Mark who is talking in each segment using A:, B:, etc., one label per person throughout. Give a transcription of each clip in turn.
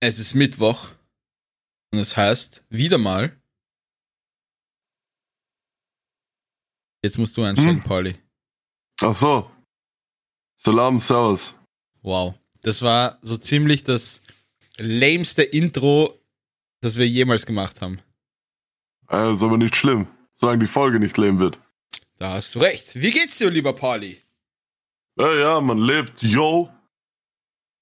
A: Es ist Mittwoch und es heißt wieder mal. Jetzt musst du einsteigen,
B: Hm.
A: Pauli.
B: Ach so. Salam Servus.
A: Wow. Das war so ziemlich das lameste Intro, das wir jemals gemacht haben.
B: Äh, ist aber nicht schlimm, solange die Folge nicht lame wird.
A: Da hast du recht. Wie geht's dir, lieber Pauli?
B: Ja, Äh, ja, man lebt. Yo.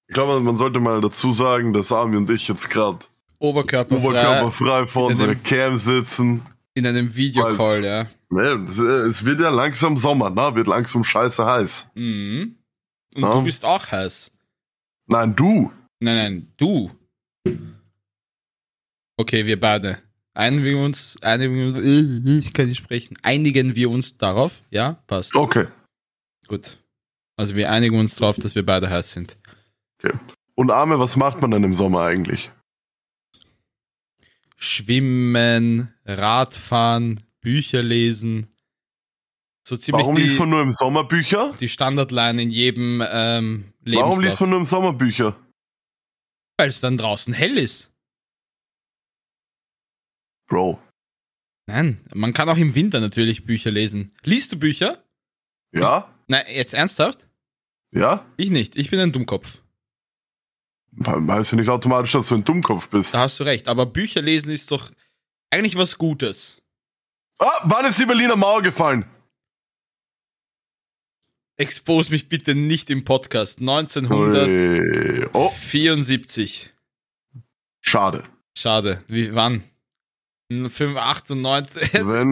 B: Ich glaube, man sollte mal dazu sagen, dass Ami und ich jetzt gerade
A: Oberkörperfrei
B: oberkörperfrei vor
A: in
B: unserer
A: dem-
B: Cam sitzen.
A: in einem Videocall,
B: Weiß.
A: ja.
B: Ne, es, äh, es wird ja langsam Sommer, ne? Wird langsam scheiße heiß.
A: Mhm. Und
B: Ja.
A: du bist auch heiß.
B: Nein, du.
A: Nein, nein, du. Okay, wir beide. Einigen wir uns, einigen wir uns, äh, ich kann nicht sprechen. Einigen wir uns darauf? Ja, passt.
B: Okay.
A: Gut. Also wir einigen uns darauf, dass wir beide heiß sind.
B: Und Arme, was macht man denn im Sommer eigentlich?
A: Schwimmen, Radfahren, Bücher lesen. So ziemlich
B: Warum liest
A: die,
B: man nur im Sommer Bücher?
A: die Standardline in jedem ähm, Lebenslauf.
B: Warum liest man nur im Sommer Bücher?
A: Weil es dann draußen hell ist.
B: Bro.
A: Nein, man kann auch im Winter natürlich Bücher lesen. Liest du Bücher?
B: Ja?
A: Nein, jetzt ernsthaft?
B: Ja?
A: Ich nicht. Ich bin ein Dummkopf.
B: Heißt ja nicht automatisch, dass du ein Dummkopf bist.
A: Da hast du recht. Aber Bücher lesen ist doch eigentlich was Gutes.
B: Ah, wann ist die Berliner Mauer gefallen?
A: Expose mich bitte nicht im Podcast. 1974.
B: Ui. Oh, schade.
A: Schade. Wie, wann? 598.
B: Wenn, wenn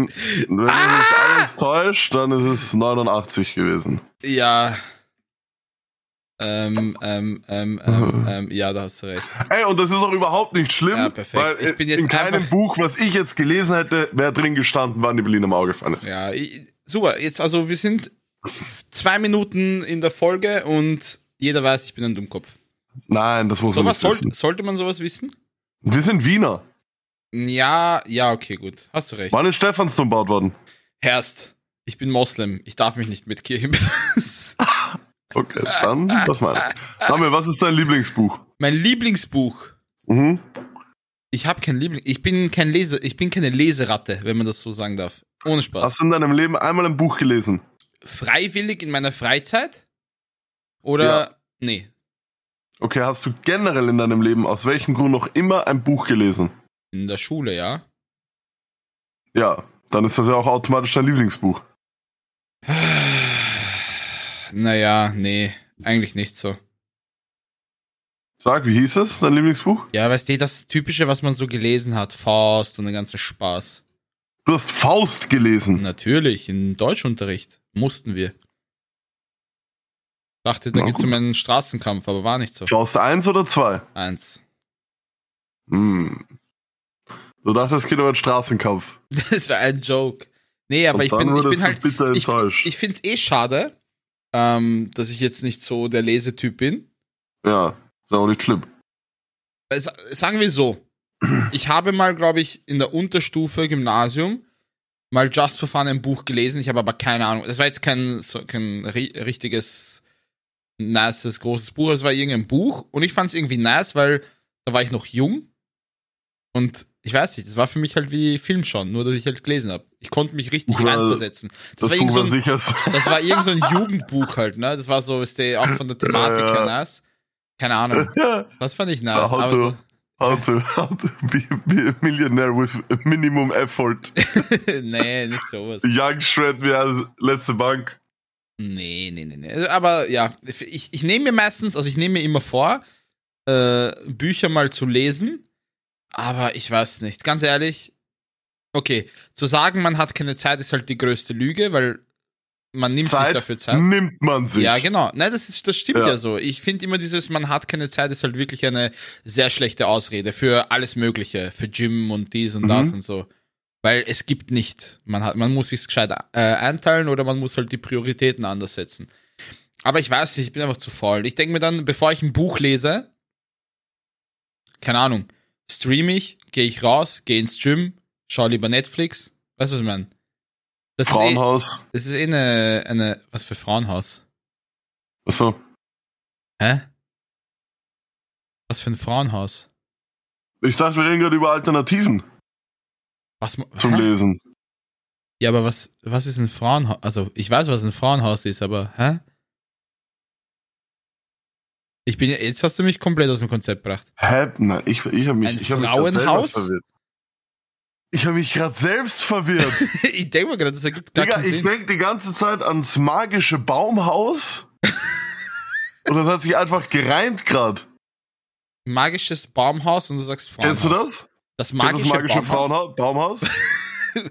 B: mich
A: Ah!
B: alles täuscht, dann ist es 89 gewesen.
A: ja. Ähm, ähm, ähm, ähm, ähm, ja, da hast du recht.
B: Ey, und das ist auch überhaupt nicht schlimm,
A: Ja, perfekt.
B: weil
A: Ich bin jetzt
B: in keinem
A: einfach-
B: Buch, was ich jetzt gelesen hätte, wäre drin gestanden, wann die Berliner Mauer gefallen ist.
A: Ja, i- super. Jetzt, also, wir sind zwei Minuten in der Folge und jeder weiß, ich bin ein Dummkopf.
B: Nein, das muss man
A: Sowas
B: nicht
A: soll,
B: wissen.
A: sollte man sowas wissen?
B: Wir sind Wiener.
A: Ja, ja, okay, gut. Hast du recht.
B: Wann ist Stephansdom gebaut worden?
A: Herst, ich bin Moslem, ich darf mich nicht mit Kirchen befassen.
B: Okay, dann das meine ich. Mami, was ist dein Lieblingsbuch?
A: mein Lieblingsbuch.
B: Mhm.
A: Ich habe kein Liebling. Ich bin kein Leser, ich bin keine Leseratte, wenn man das so sagen darf. Ohne Spaß.
B: Hast du in deinem Leben einmal ein Buch gelesen?
A: Freiwillig in meiner Freizeit? Oder nee.
B: Okay, hast du generell in deinem Leben aus welchem Grund noch immer ein Buch gelesen?
A: In der Schule, ja.
B: Ja, dann ist das ja auch automatisch dein Lieblingsbuch.
A: Naja, nee, eigentlich nicht so.
B: Sag, wie hieß es, dein Lieblingsbuch?
A: Ja, weißt du, das Typische, was man so gelesen hat, Faust und den ganzen Spaß.
B: Du hast Faust gelesen.
A: Natürlich, im Deutschunterricht mussten wir. Dachte, da
B: Na
A: geht's
B: gut.
A: um einen Straßenkampf, aber war nicht so.
B: Faust 1 oder 2?
A: Eins.
B: Hm. Du dachtest, es geht um einen Straßenkampf.
A: Das war ein Joke. Nee, aber
B: Und
A: ich
B: dann
A: bin, ich
B: wurdest
A: bin
B: du
A: halt.
B: bitter
A: Ich,
B: enttäuscht.
A: ich finde es eh schade, ähm, dass ich jetzt nicht so der Lesetyp bin.
B: ja, ist auch nicht schlimm.
A: Es, Äh, sagen wir so: Ich habe mal, glaube ich, in der Unterstufe Gymnasium mal Just for Fun ein Buch gelesen. Ich habe aber keine Ahnung. Das war jetzt kein, so- kein ri- richtiges, nices, großes Buch. Es war irgendein Buch und ich fand es irgendwie nice, weil da war ich noch jung und ich weiß nicht, das war für mich halt wie Film schon, nur dass ich halt gelesen habe. Ich konnte mich richtig
B: Buch war-
A: reinversetzen.
B: Das,
A: war
B: Buch
A: irgend so
B: war
A: ein-
B: sicher.
A: Das war irgend so ein Jugendbuch halt, ne? Das war so, ist der auch von der Thematik
B: Ja, ja.
A: her nice. Keine Ahnung. Das fand ich nice.
B: Ja,
A: aber so,
B: How to, how to be, be a millionaire with minimum effort.
A: nee, nicht sowas.
B: Young Shred wie als letzte Bank.
A: Nee, nee, nee, nee. Aber ja, ich, ich nehme mir meistens, also ich nehme mir immer vor, äh, Bücher mal zu lesen, aber ich weiß nicht. Ganz ehrlich, okay, zu sagen, man hat keine Zeit, ist halt die größte Lüge, weil man nimmt sich
B: Zeit,
A: dafür Zeit.
B: nimmt man sich.
A: Ja, genau. Nein, das, ist, das stimmt ja.
B: Ja.
A: so. Ich finde immer dieses, man hat keine Zeit, ist halt wirklich eine sehr schlechte Ausrede für alles Mögliche, für Gym und dies und das
B: Mhm.
A: und so. Weil es gibt nicht. Man, hat, man muss sich gescheit äh, einteilen oder man muss halt die Prioritäten anders setzen. Aber ich weiß nicht, ich bin einfach zu faul. Ich denke mir dann, bevor ich ein Buch lese, keine Ahnung, stream ich, gehe ich raus, gehe ins Gym, schaue lieber Netflix. Weißt du, was ich meine? Das ist, eh,
B: Frauenhaus.
A: das ist eh eine, eine, was für Frauenhaus? eh-
B: Achso.
A: Hä? Was für ein Frauenhaus?
B: Ich dachte, wir reden gerade über Alternativen
A: Was, ma-
B: zum
A: Hä?
B: Lesen.
A: Ja, aber was, was ist ein Frauenhaus? Also, ich weiß, was ein Frauenhaus ist, aber, hä? Ich bin ja, jetzt hast du mich komplett aus dem Konzept gebracht.
B: Hä? Nein, ich, ich habe mich,
A: Ein
B: ich hab mich grad selber
A: Frauenhaus?
B: verwirrt. Ich habe mich gerade selbst verwirrt.
A: ich denke mir gerade, das ergibt gar
B: Digga,
A: keinen
B: ich
A: Sinn.
B: denke die ganze Zeit ans magische Baumhaus. Und das hat sich einfach gereimt gerade.
A: Magisches Baumhaus und du sagst Frauenhaus.
B: Kennst du das?
A: Das
B: Kennst du
A: magische,
B: das magische
A: Baumhaus.
B: Frauenhaus? Baumhaus?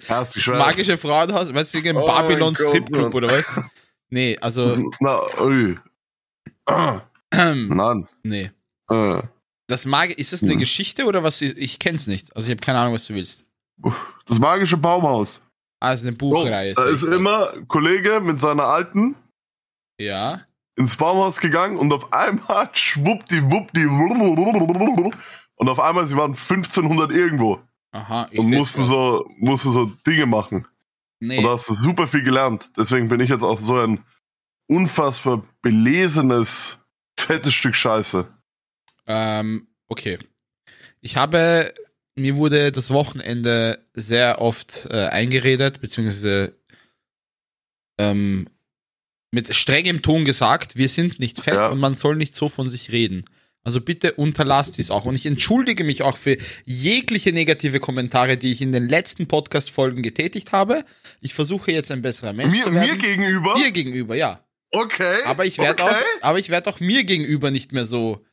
B: Hast du
A: Das magische Frauenhaus, weißt du, wegen
B: Oh
A: Babylon
B: mein Gott,
A: Stripclub
B: Mann.
A: oder was? Nee, also,
B: Na, ui. Ah, Nein.
A: nee.
B: Äh,
A: Das Mag ist das eine
B: Hm.
A: Geschichte oder was? Ich kenn's nicht. Also, ich habe keine Ahnung, was du willst.
B: Das magische Baumhaus.
A: Ah, es ist eine
B: Bro,
A: Buchreihe.
B: da
A: sehe
B: ist
A: ich grad.
B: immer ein Kollege mit seiner Alten
A: Ja.
B: ins Baumhaus gegangen und auf einmal schwuppdiwuppdi und auf einmal sie waren 1500 irgendwo
A: Aha. ich
B: und
A: seh's
B: mussten
A: grad.
B: so, mussten so Dinge machen.
A: Nee.
B: Und da hast du super viel gelernt. Deswegen bin ich jetzt auch so ein unfassbar belesenes, fettes Stück Scheiße.
A: Ähm, okay. Ich habe, mir wurde das Wochenende sehr oft äh, eingeredet, beziehungsweise ähm, mit strengem Ton gesagt, wir sind nicht fett
B: Ja.
A: und man soll nicht so von sich reden. Also bitte unterlasst dies auch. Und ich entschuldige mich auch für jegliche negative Kommentare, die ich in den letzten Podcast-Folgen getätigt habe. Ich versuche jetzt ein besserer Mensch
B: Mir,
A: zu
B: mir
A: werden.
B: gegenüber?
A: Dir gegenüber, ja.
B: okay.
A: Aber ich werde
B: okay.
A: auch, aber ich werde auch mir gegenüber nicht mehr so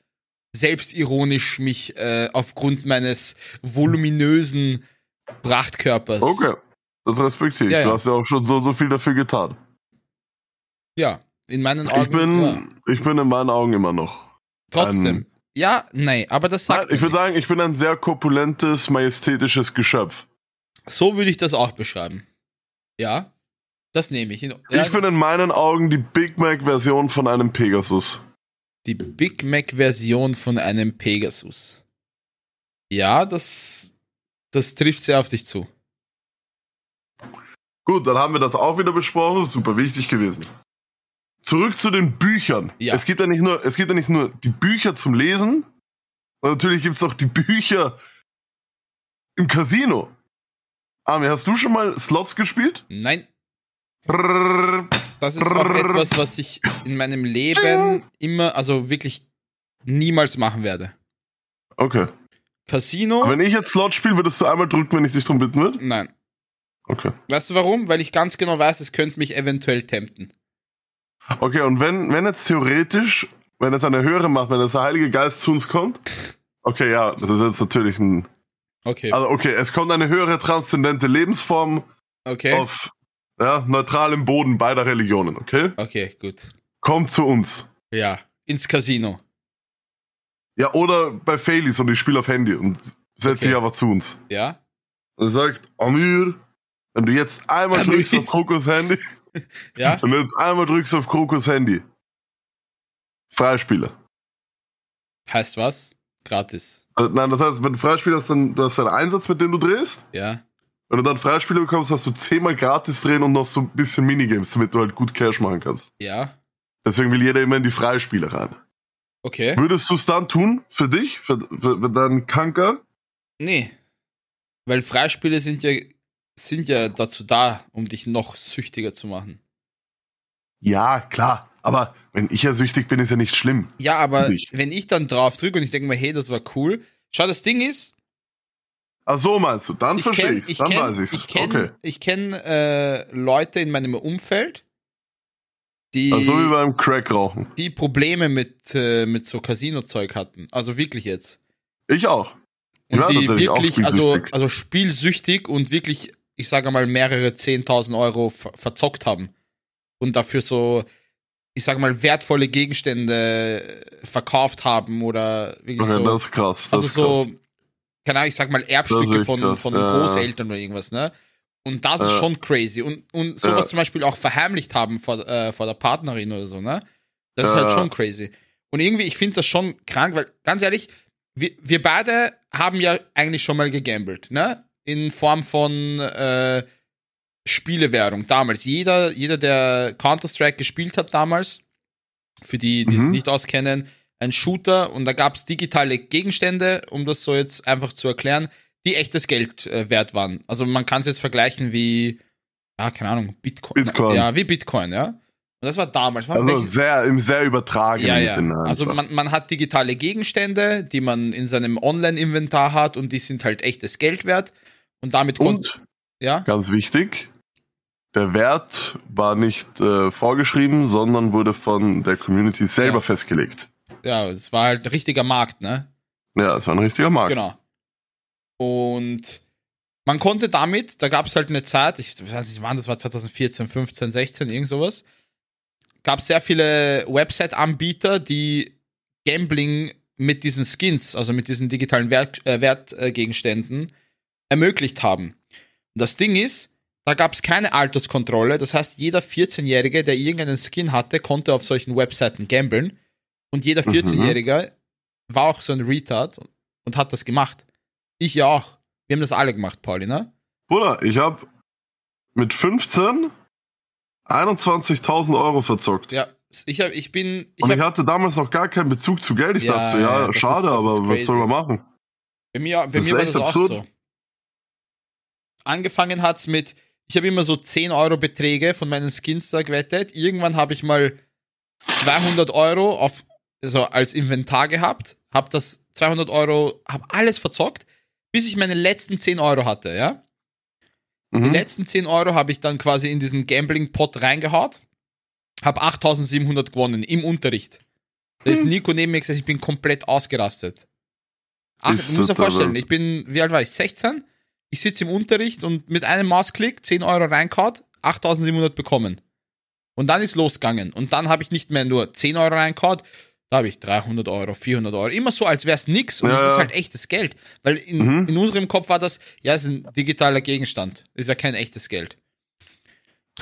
A: selbstironisch mich äh, aufgrund meines voluminösen Prachtkörpers.
B: Okay. Das respektiere ich.
A: Ja, ja.
B: Du hast ja auch schon so, so viel dafür getan.
A: Ja, in meinen Augen.
B: Ich bin,
A: ja.
B: ich bin in meinen Augen immer noch.
A: trotzdem.
B: ein-
A: ja, nein, aber das sagt.
B: Nein, ich
A: er
B: würde
A: nicht.
B: sagen, ich bin ein sehr korpulentes, majestätisches Geschöpf.
A: so würde ich das auch beschreiben. Ja, das nehme ich. In, ja,
B: ich bin in meinen Augen die Big Mac-Version von einem Pegasus.
A: die Big Mac-Version von einem Pegasus. Ja, das, das trifft sehr auf dich zu.
B: Gut, dann haben wir das auch wieder besprochen. Super wichtig gewesen. Zurück zu den Büchern.
A: Ja.
B: Es, gibt ja nicht nur, es gibt ja nicht nur die Bücher zum Lesen, sondern natürlich gibt es auch die Bücher im Casino. Ami, hast du schon mal Slots gespielt?
A: Nein,
B: Brrr,
A: Das ist auch etwas, was ich in meinem Leben immer, also wirklich niemals machen werde.
B: Okay.
A: Casino?
B: Wenn ich jetzt Slot spiele, würdest du einmal drücken, wenn ich dich drum bitten würde?
A: Nein.
B: Okay.
A: Weißt du warum? Weil ich ganz genau weiß, es könnte mich eventuell tempten.
B: Okay, und wenn, wenn jetzt theoretisch, wenn jetzt eine höhere Macht, wenn jetzt der Heilige Geist zu uns kommt, okay, ja, das ist jetzt natürlich ein.
A: Okay.
B: Also, okay, es kommt eine höhere transzendente Lebensform
A: Okay.
B: auf ja, neutralem Boden beider Religionen, okay?
A: Okay, gut.
B: Kommt zu uns.
A: Ja. Ins Casino.
B: Ja, oder bei Failis und ich spiele auf Handy und setzt
A: Okay.
B: sich einfach zu uns.
A: Ja.
B: Und sagt, Amir, wenn du jetzt einmal
A: Amir.
B: drückst auf Krokos Handy,
A: Ja.
B: wenn du jetzt einmal drückst auf Krokos Handy, Freispieler.
A: Heißt was? Gratis.
B: Also, nein, das heißt, wenn du Freispieler hast, dann du hast deinen Einsatz, mit dem du drehst.
A: Ja.
B: Wenn du dann Freispieler bekommst, hast du zehnmal gratis drehen und noch so ein bisschen Minigames, damit du halt gut Cash machen kannst.
A: Ja.
B: Deswegen will jeder immer in die Freispieler rein.
A: Okay.
B: Würdest du es dann tun? Für dich? Für, für, für deinen Kanker?
A: Nee. Weil Freispiele sind ja, sind ja dazu da, um dich noch süchtiger zu machen.
B: Ja, klar. Aber wenn ich ja süchtig bin, ist ja nicht schlimm.
A: Ja, aber
B: Nicht.
A: wenn ich dann drauf drücke und ich denke mir, hey, das war cool. Schau, das Ding ist,
B: Ach so meinst du? Dann
A: ich
B: verstehe
A: kenn-
B: ich's.
A: ich
B: Dann
A: kenn-
B: weiß ich's.
A: Ich kenne
B: okay.
A: kenn, äh, Leute in meinem Umfeld, die,
B: Also so wie beim Crack rauchen.
A: die Probleme mit, äh, mit so Casino-Zeug hatten. Also wirklich jetzt.
B: Ich auch.
A: Und
B: Ja,
A: die
B: tatsächlich auch
A: wirklich, also,
B: spielsüchtig.
A: also spielsüchtig und wirklich, ich sage mal, mehrere 10.000 Euro ver verzockt haben. Und dafür so, ich sage mal, wertvolle Gegenstände äh, verkauft haben oder wirklich
B: Okay,
A: so.
B: das ist krass. Das
A: Also
B: ist
A: so,
B: krass.
A: keine Ahnung, ich sag mal
B: Das ist
A: Erbstücke
B: echt
A: von,
B: krass,
A: von
B: ja, ja.
A: Großeltern oder irgendwas, ne? Und das ist
B: Ja.
A: schon crazy. Und, und sowas
B: Ja.
A: zum Beispiel auch verheimlicht haben vor, äh, vor der Partnerin oder so, ne? Das ist
B: Ja.
A: halt schon crazy. Und irgendwie, ich finde das schon krank, weil, ganz ehrlich, wir, wir beide haben ja eigentlich schon mal gegambelt, ne? In Form von äh, Spielewährung damals. Jeder, jeder, der Counter-Strike gespielt hat damals, für die, die es
B: Mhm.
A: nicht auskennen, ein Shooter und da gab es digitale Gegenstände, um das so jetzt einfach zu erklären, die echtes Geld äh, wert waren. Also man kann es jetzt vergleichen wie, ja, keine Ahnung, Bitcoin.
B: Bitcoin.
A: Ja, wie Bitcoin, ja. Und das war damals. War
B: Also
A: welches-
B: sehr, im sehr übertragenen
A: ja, ja.
B: Sinne.
A: Also
B: einfach.
A: man, man hat digitale Gegenstände, die man in seinem Online-Inventar hat und die sind halt echtes Geld wert. Und damit konnt-
B: Und
A: ja,
B: ganz wichtig, der Wert war nicht äh, vorgeschrieben, sondern wurde von der Community selber
A: Ja.
B: festgelegt.
A: ja, es war halt ein richtiger Markt, ne?
B: Ja, es war ein richtiger Markt.
A: Genau. Und man konnte damit, da gab es halt eine Zeit, ich weiß nicht wann, das war 2014, 15, 16, irgend sowas, gab es sehr viele Website-Anbieter, die Gambling mit diesen Skins, also mit diesen digitalen Werk, äh, Wertgegenständen, ermöglicht haben. Und das Ding ist, da gab es keine Alterskontrolle, das heißt, jeder 14-Jährige, der irgendeinen Skin hatte, konnte auf solchen Webseiten gamblen und jeder
B: Mhm.
A: 14-Jährige war auch so ein Retard und hat das gemacht. Ich ja auch. Wir haben das alle gemacht, Pauli, ne?
B: Bruder, ich habe mit 15 21.000 Euro verzockt.
A: Ja, ich, hab, ich bin. Ich
B: und ich
A: hab,
B: hatte damals noch gar keinen Bezug zu Geld. Ich
A: Ja,
B: dachte so, ja,
A: ja, das ist-
B: schade,
A: das ist
B: aber
A: crazy.
B: was soll man machen?
A: bei mir, bei
B: das
A: mir
B: ist
A: war
B: echt
A: das auch
B: absurd.
A: so. Angefangen hat's mit, ich habe immer so 10 Euro Beträge von meinen Skins da gewettet. Irgendwann habe ich mal 200 Euro auf, also als Inventar gehabt, habe das 200 Euro, habe alles verzockt, bis ich meine letzten 10 Euro hatte, ja? Die
B: Mhm.
A: letzten 10 Euro habe ich dann quasi in diesen Gambling-Pot reingehaut, habe 8700 gewonnen im Unterricht. Da
B: Hm.
A: ist Nico neben mir gesagt, ich bin komplett ausgerastet. Ach,
B: Ist
A: du musst dir
B: das aber-
A: vorstellen, ich bin, wie alt war ich? 16? Ich sitze im Unterricht und mit einem Mausklick 10 Euro reinkaut, 8700 bekommen. Und dann ist losgegangen. Und dann habe ich nicht mehr nur 10 Euro reinkaut, da habe ich 300 Euro, 400 Euro. Immer so, als wäre es nix. Und
B: Ja,
A: es ist
B: ja.
A: halt echtes Geld. Weil in,
B: Mhm.
A: in unserem Kopf war das, ja, ist ein digitaler Gegenstand. Ist ja kein echtes Geld.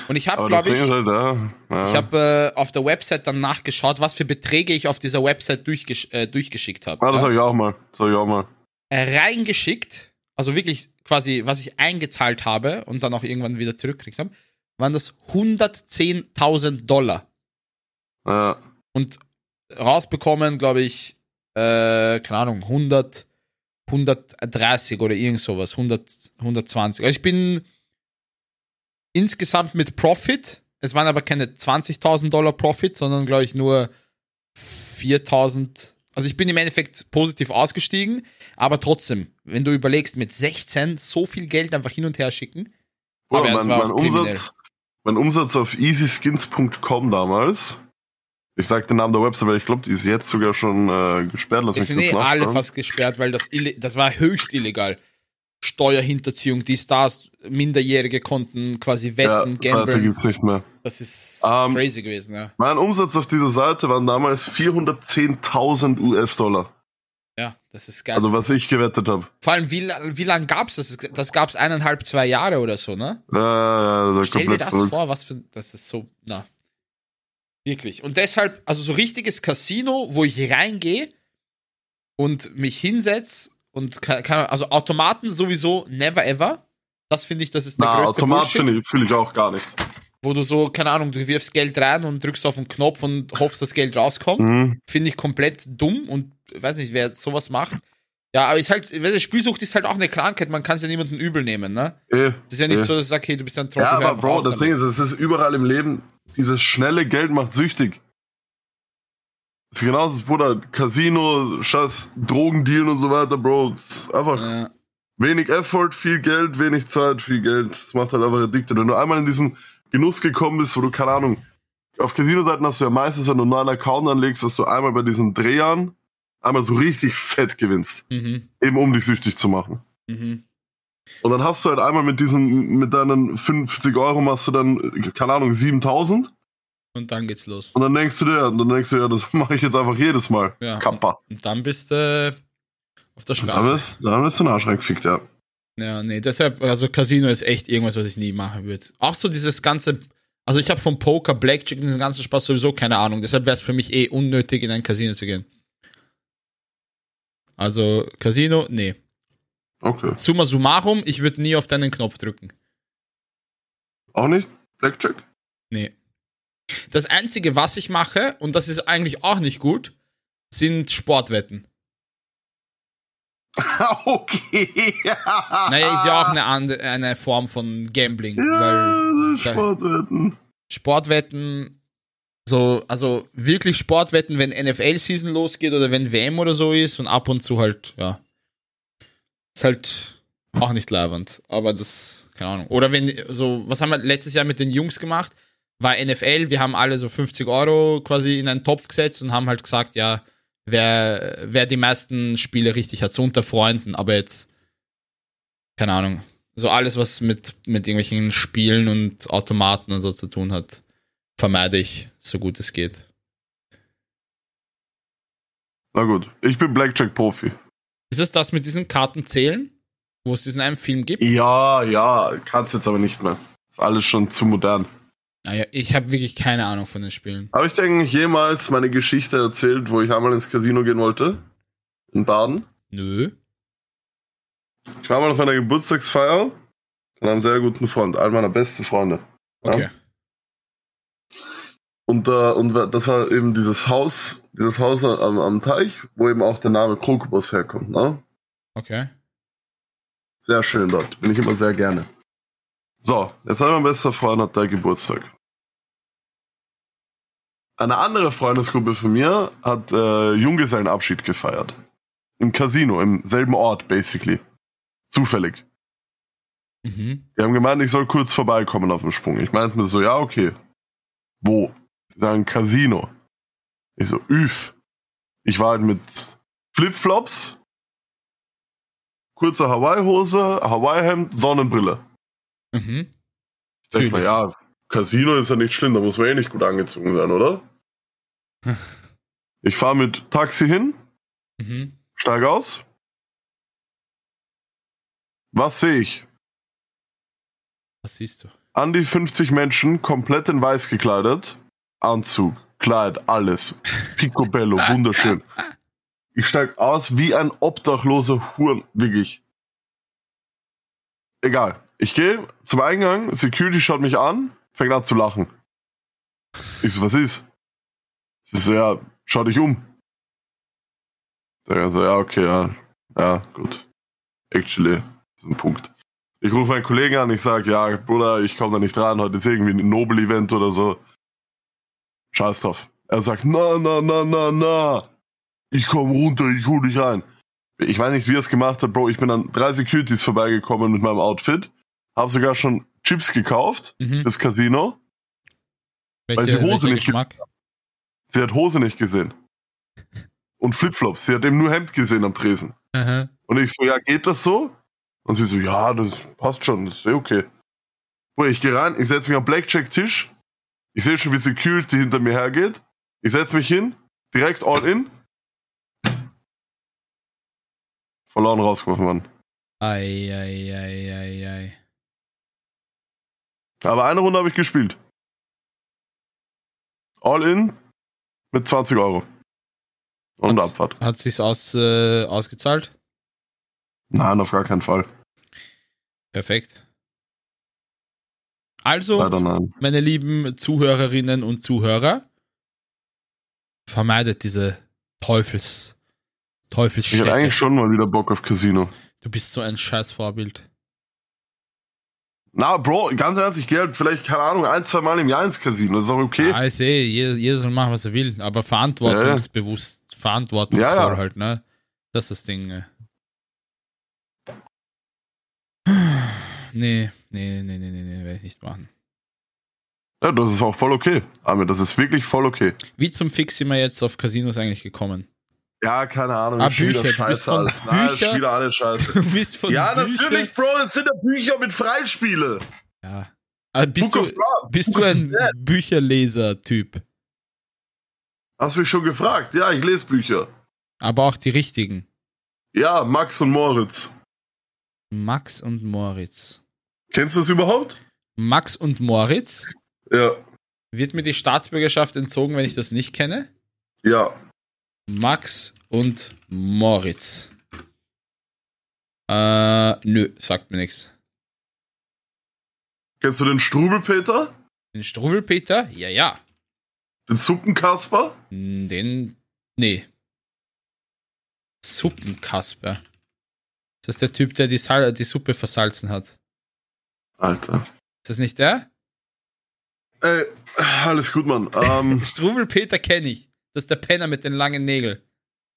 A: Und ich habe,
B: Aber das
A: glaube
B: Ding
A: ich,
B: ist halt, ja, ja.
A: ich habe äh, auf der Website dann nachgeschaut, was für Beträge ich auf dieser Website durchgesch äh, durchgeschickt habe.
B: ah, das
A: ja?
B: sag ich auch mal. Das sag ich auch mal.
A: Äh, Reingeschickt, also wirklich quasi, was ich eingezahlt habe und dann auch irgendwann wieder zurückgekriegt habe, waren das 110.000 Dollar.
B: Ja.
A: Und rausbekommen, glaube ich, äh, keine Ahnung, 100, 130 oder irgend sowas, 100, 120. Also ich bin insgesamt mit Profit, es waren aber keine 20.000 Dollar Profit, sondern glaube ich nur 4.000. Also ich bin im Endeffekt positiv ausgestiegen, aber trotzdem, wenn du überlegst, mit 16 so viel Geld einfach hin und her schicken, Aber
B: Bruder,
A: es
B: mein,
A: war
B: mein,
A: auch kriminell.
B: Umsatz, mein Umsatz auf easyskins.com damals. Ich sag den Namen der Website, weil ich glaube, die ist jetzt sogar schon äh, gesperrt. Lass
A: Es
B: mich
A: sind
B: kurz
A: eh alle
B: nachschauen.
A: fast gesperrt, weil das, ille- das war höchst illegal. Steuerhinterziehung, die Stars, Minderjährige konnten quasi
B: ja,
A: wetten,
B: Seite
A: gamblen.
B: gibt's nicht mehr.
A: Das ist
B: Ähm,
A: crazy gewesen, ja.
B: Mein Umsatz auf dieser Seite waren damals 410.000 US-Dollar.
A: Ja, das ist geil.
B: Also was ich gewettet habe.
A: Vor allem, wie, la- wie lange gab es das? Das gab es eineinhalb, zwei Jahre oder so, ne?
B: Äh, ja, das
A: Stell
B: war
A: dir
B: komplett
A: das
B: verrückt.
A: vor, was für. Das ist so. Na. Wirklich. Und deshalb, also so richtiges Casino, wo ich reingehe und mich hinsetze und kann, kann, also Automaten sowieso never ever. Das finde ich, das ist der
B: Na,
A: größte
B: Automat
A: Bullshit.
B: finde ich, fühle ich auch gar nicht.
A: wo du so, keine Ahnung, du wirfst Geld rein und drückst auf den Knopf und hoffst, dass Geld rauskommt,
B: Mhm.
A: finde ich komplett dumm und äh, weiß nicht, wer sowas macht. Ja, aber ist halt, weißt du, Spielsucht ist halt auch eine Krankheit, man kann es ja niemandem übel nehmen, ne?
B: Eh.
A: Das ist ja nicht
B: Ja.
A: so, dass ich sage, hey, du bist ein Trottel.
B: Ja,
A: hör
B: aber
A: einfach
B: Bro,
A: auf
B: das Ding
A: damit.
B: ist, es ist überall im Leben, dieses schnelle Geld macht süchtig. Das ist genauso, Bruder, Casino, Scheiß, Drogendeal und so weiter, Bro. Es ist einfach
A: Ja,
B: wenig Effort, viel Geld, wenig Zeit, viel Geld. Das macht halt einfach addicted. Wenn du einmal in diesen Genuss gekommen bist, wo du, keine Ahnung, auf Casino-Seiten hast du ja meistens, wenn du einen neuen Account anlegst, dass du einmal bei diesen Drehern einmal so richtig fett gewinnst.
A: mhm,
B: Eben um dich süchtig zu machen.
A: mhm.
B: Und dann hast du halt einmal mit diesen, mit deinen 50 Euro machst du dann, keine Ahnung, 7000.
A: Und dann geht's los.
B: Und dann denkst du dir, und dann denkst du dir, das mache ich jetzt einfach jedes Mal.
A: Ja.
B: Kappa.
A: Und dann bist du auf der
B: Dann
A: Straße.
B: bist, dann bist du ein Arschreck gefickt, ja.
A: Ja, nee, deshalb, also Casino ist echt irgendwas, was ich nie machen würde. Auch so dieses ganze, also ich habe vom Poker, Blackjack und diesen ganzen Spaß sowieso keine Ahnung. Deshalb wäre es für mich eh unnötig, in ein Casino zu gehen. Also Casino, nee.
B: Okay.
A: Summa summarum, ich würde nie auf deinen Knopf drücken.
B: Auch nicht? Blackjack?
A: Nee. Das Einzige, was ich mache, und das ist eigentlich auch nicht gut, sind Sportwetten.
B: okay.
A: Naja, ist ja auch eine, andere, eine Form von Gambling.
B: Ah. Ja, das ist
A: weil
B: Sportwetten.
A: Sportwetten, so, also wirklich Sportwetten, wenn NFL-Season losgeht oder wenn WM oder so ist und ab und zu halt, ja. Ist halt auch nicht leibernd, aber das, keine Ahnung. Oder wenn, so, was haben wir letztes Jahr mit den Jungs gemacht? War NFL, wir haben alle so 50 Euro quasi in einen Topf gesetzt und haben halt gesagt, ja, wer, wer die meisten Spiele richtig hat, so unter Freunden, aber jetzt, keine Ahnung, so alles, was mit, mit irgendwelchen Spielen und Automaten und so zu tun hat, vermeide ich, so gut es geht.
B: Na gut, ich bin Blackjack-Profi.
A: Ist es das mit diesen Kartenzählen, wo es diesen einen Film gibt?
B: Ja, ja, kannst jetzt aber nicht mehr. Ist alles schon zu modern.
A: Naja, ich habe wirklich keine Ahnung von den Spielen.
B: Habe ich dir eigentlich jemals meine Geschichte erzählt, wo ich einmal ins Casino gehen wollte? In Baden?
A: Nö.
B: Ich war mal auf einer Geburtstagsfeier von einem sehr guten Freund, einem meiner besten Freunde. Ja.
A: Okay.
B: Und, äh, und wa- das war eben dieses Haus, dieses Haus am, am Teich, wo eben auch der Name Krokobus herkommt. Ne?
A: Okay.
B: Sehr schön dort, bin ich immer sehr gerne. So, jetzt hat mein bester Freund hat da Geburtstag. Eine andere Freundesgruppe von mir hat äh, Junggesellenabschied gefeiert. Im Casino, im selben Ort, basically. Zufällig.
A: Mhm.
B: Die haben gemeint, ich soll kurz vorbeikommen auf dem Sprung. Ich meinte mir so, ja, okay. Wo? Sie sagen Casino. Ich so, üf. Ich war halt mit Flipflops, kurzer Hawaii-Hose, Hawaii-Hemd, Sonnenbrille.
A: Mhm.
B: Ich denk
A: Fühl
B: mir,
A: ich.
B: ja, Casino ist ja nicht schlimm, da muss man eh nicht gut angezogen sein, oder? ich fahre mit Taxi hin,
A: Mhm.
B: steige aus. Was sehe ich?
A: Was siehst du?
B: An die 50 Menschen, komplett in weiß gekleidet. Anzug, Kleid, alles. Picobello, wunderschön. Ich steig aus wie ein obdachloser Huren, wirklich. Egal. Ich gehe zum Eingang, Security schaut mich an, fängt an zu lachen. Ich so, was ist? Sie so, ja, schau dich um. Der so, ja, okay, ja. Ja, gut. Actually, das ist ein Punkt. Ich rufe meinen Kollegen an, ich sage, ja, Bruder, ich komme da nicht ran, heute ist irgendwie ein Nobel-Event oder so. Scheiß drauf. Er sagt, na, na, na, na, na. Ich komme runter, ich hol dich rein. Ich weiß nicht, wie er es gemacht hat, Bro. Ich bin an drei Securities vorbeigekommen mit meinem Outfit. Hab sogar schon Chips gekauft
A: Mhm.
B: fürs Casino. Weil sie Hose nicht
A: Geschmack?
B: Sie hat Hose nicht gesehen. Und Flipflops. Sie hat eben nur Hemd gesehen am Tresen.
A: Aha.
B: Und ich so, ja, geht das so? Und sie so, ja, das passt schon, das ist eh okay. Bruder, ich gehe rein, ich setze mich am Blackjack-Tisch. Ich sehe schon, wie Security hinter mir hergeht. Ich setze mich hin, direkt all in. Verloren rausgeworfen worden.
A: Ei, ei, ei, ei, ei.
B: Aber eine Runde habe ich gespielt. All in mit 20 Euro. Und
A: Hat's-
B: Abfahrt.
A: Hat sich's aus, äh, ausgezahlt?
B: Nein, auf gar keinen Fall.
A: Perfekt. Also,
B: Leider nein.
A: meine lieben Zuhörerinnen und Zuhörer, vermeidet diese Teufels,
B: Ich hätte
A: Teufelsstädte.
B: eigentlich schon mal wieder Bock auf Casino.
A: Du bist so ein scheiß Vorbild.
B: Na, Bro, ganz ernst, ich gehe halt vielleicht, keine Ahnung, ein, zwei Mal im Jahr ins Casino. Das ist auch okay.
A: Ah, ich sehe, jeder, jeder soll machen, was er will, aber verantwortungsbewusst, verantwortungsvoll
B: Ja, ja.
A: halt, ne? Das ist das Ding. ne? Nee, nee, nee, nee, nee, nee, werde ich nicht machen.
B: Ja, das ist auch voll okay. Amir, das ist wirklich voll okay.
A: Wie zum Fix sind wir jetzt auf Casinos eigentlich gekommen?
B: Ja, keine Ahnung.
A: Ah,
B: ich spiele
A: Bücher,
B: das
A: du bist
B: Scheiße
A: von
B: alles. Nein, ich
A: Bücher-
B: spiele alles Scheiße.
A: Du bist von
B: Ja,
A: Bücher-
B: natürlich, Bro, es sind ja Bücher mit Freispiele.
A: Ja. Aber bist
B: Book
A: du,
B: of Love.
A: Bist du
B: Book of
A: ein
B: Death.
A: Bücherleser-Typ?
B: Hast mich schon gefragt. Ja, ich lese Bücher.
A: Aber auch die richtigen.
B: Ja, Max und Moritz.
A: Max und Moritz.
B: Kennst du das überhaupt?
A: Max und Moritz?
B: Ja.
A: Wird mir die Staatsbürgerschaft entzogen, wenn ich das nicht kenne?
B: Ja.
A: Max und Moritz. Äh, nö, sagt mir nichts.
B: Kennst du den Strubelpeter?
A: Den Struwelpeter? Ja, ja.
B: Den Suppenkasper?
A: Den. Nee. Suppenkasper. Ist das der Typ, der die, Sal die Suppe versalzen hat?
B: Alter.
A: Ist das nicht der?
B: Ey, alles gut, Mann. Ähm,
A: Struwelpeter kenne ich. Das ist der Penner mit den langen Nägeln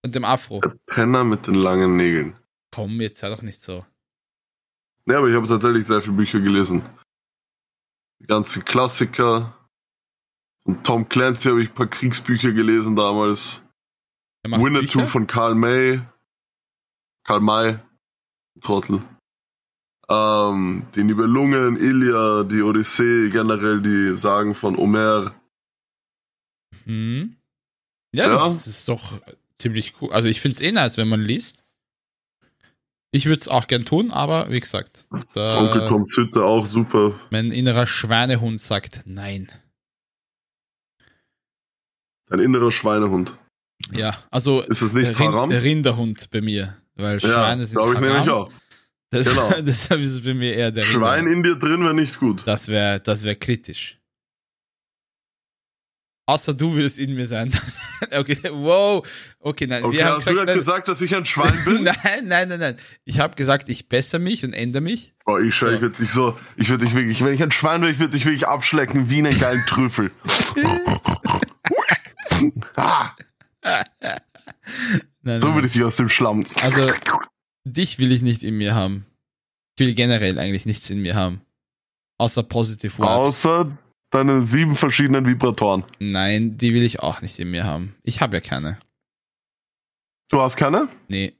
A: und dem Afro.
B: Penner mit den langen Nägeln.
A: Komm, jetzt sei doch nicht so.
B: Ja, aber ich habe tatsächlich sehr viele Bücher gelesen. Die ganzen Klassiker. Von Tom Clancy habe ich ein paar Kriegsbücher gelesen damals.
A: Er macht
B: Winnetou
A: Bücher?
B: von Karl May. Karl May. Trottel. Ähm, die Nibelungen, Ilia, die Odyssee, generell die Sagen von Homer.
A: Hm. Ja,
B: Ja.
A: das ist doch ziemlich cool. Also ich finde es eh nice, wenn man liest. Ich würde es auch gern tun, aber wie gesagt,
B: Onkel
A: da
B: Toms Hütte auch super.
A: mein innerer Schweinehund sagt nein.
B: Ein innerer Schweinehund.
A: Ja, also
B: Ist es nicht Haram?
A: Rinderhund bei mir, weil
B: Ja,
A: Schweine sind
B: glaube ich
A: Haram.
B: nämlich auch.
A: Das,
B: Genau.
A: Deshalb ist es bei mir eher der
B: Schwein
A: Rinderhund.
B: in dir drin wäre nicht gut.
A: Das wäre das wär kritisch. Außer du würdest in mir sein. okay, wow. Okay, nein.
B: Okay,
A: wir haben
B: hast du gerade
A: nein,
B: gesagt, dass ich ein Schwein bin?
A: nein, nein, nein, nein. Ich habe gesagt, ich bessere mich und ändere mich.
B: Boah, Oh, ich
A: So.
B: schwör, ich würde dich so, ich würde dich wirklich, wenn ich ein Schwein wäre, ich würde dich wirklich abschlecken wie einen geilen Trüffel. ah,
A: Nein,
B: so
A: nein,
B: würde ich dich aus dem Schlamm.
A: Also- Dich will ich nicht in mir haben. Ich will generell eigentlich nichts in mir haben. Außer Positive Vibes.
B: Außer deine sieben verschiedenen Vibratoren.
A: Nein, die will ich auch nicht in mir haben. Ich habe ja keine.
B: Du hast keine?
A: Nee.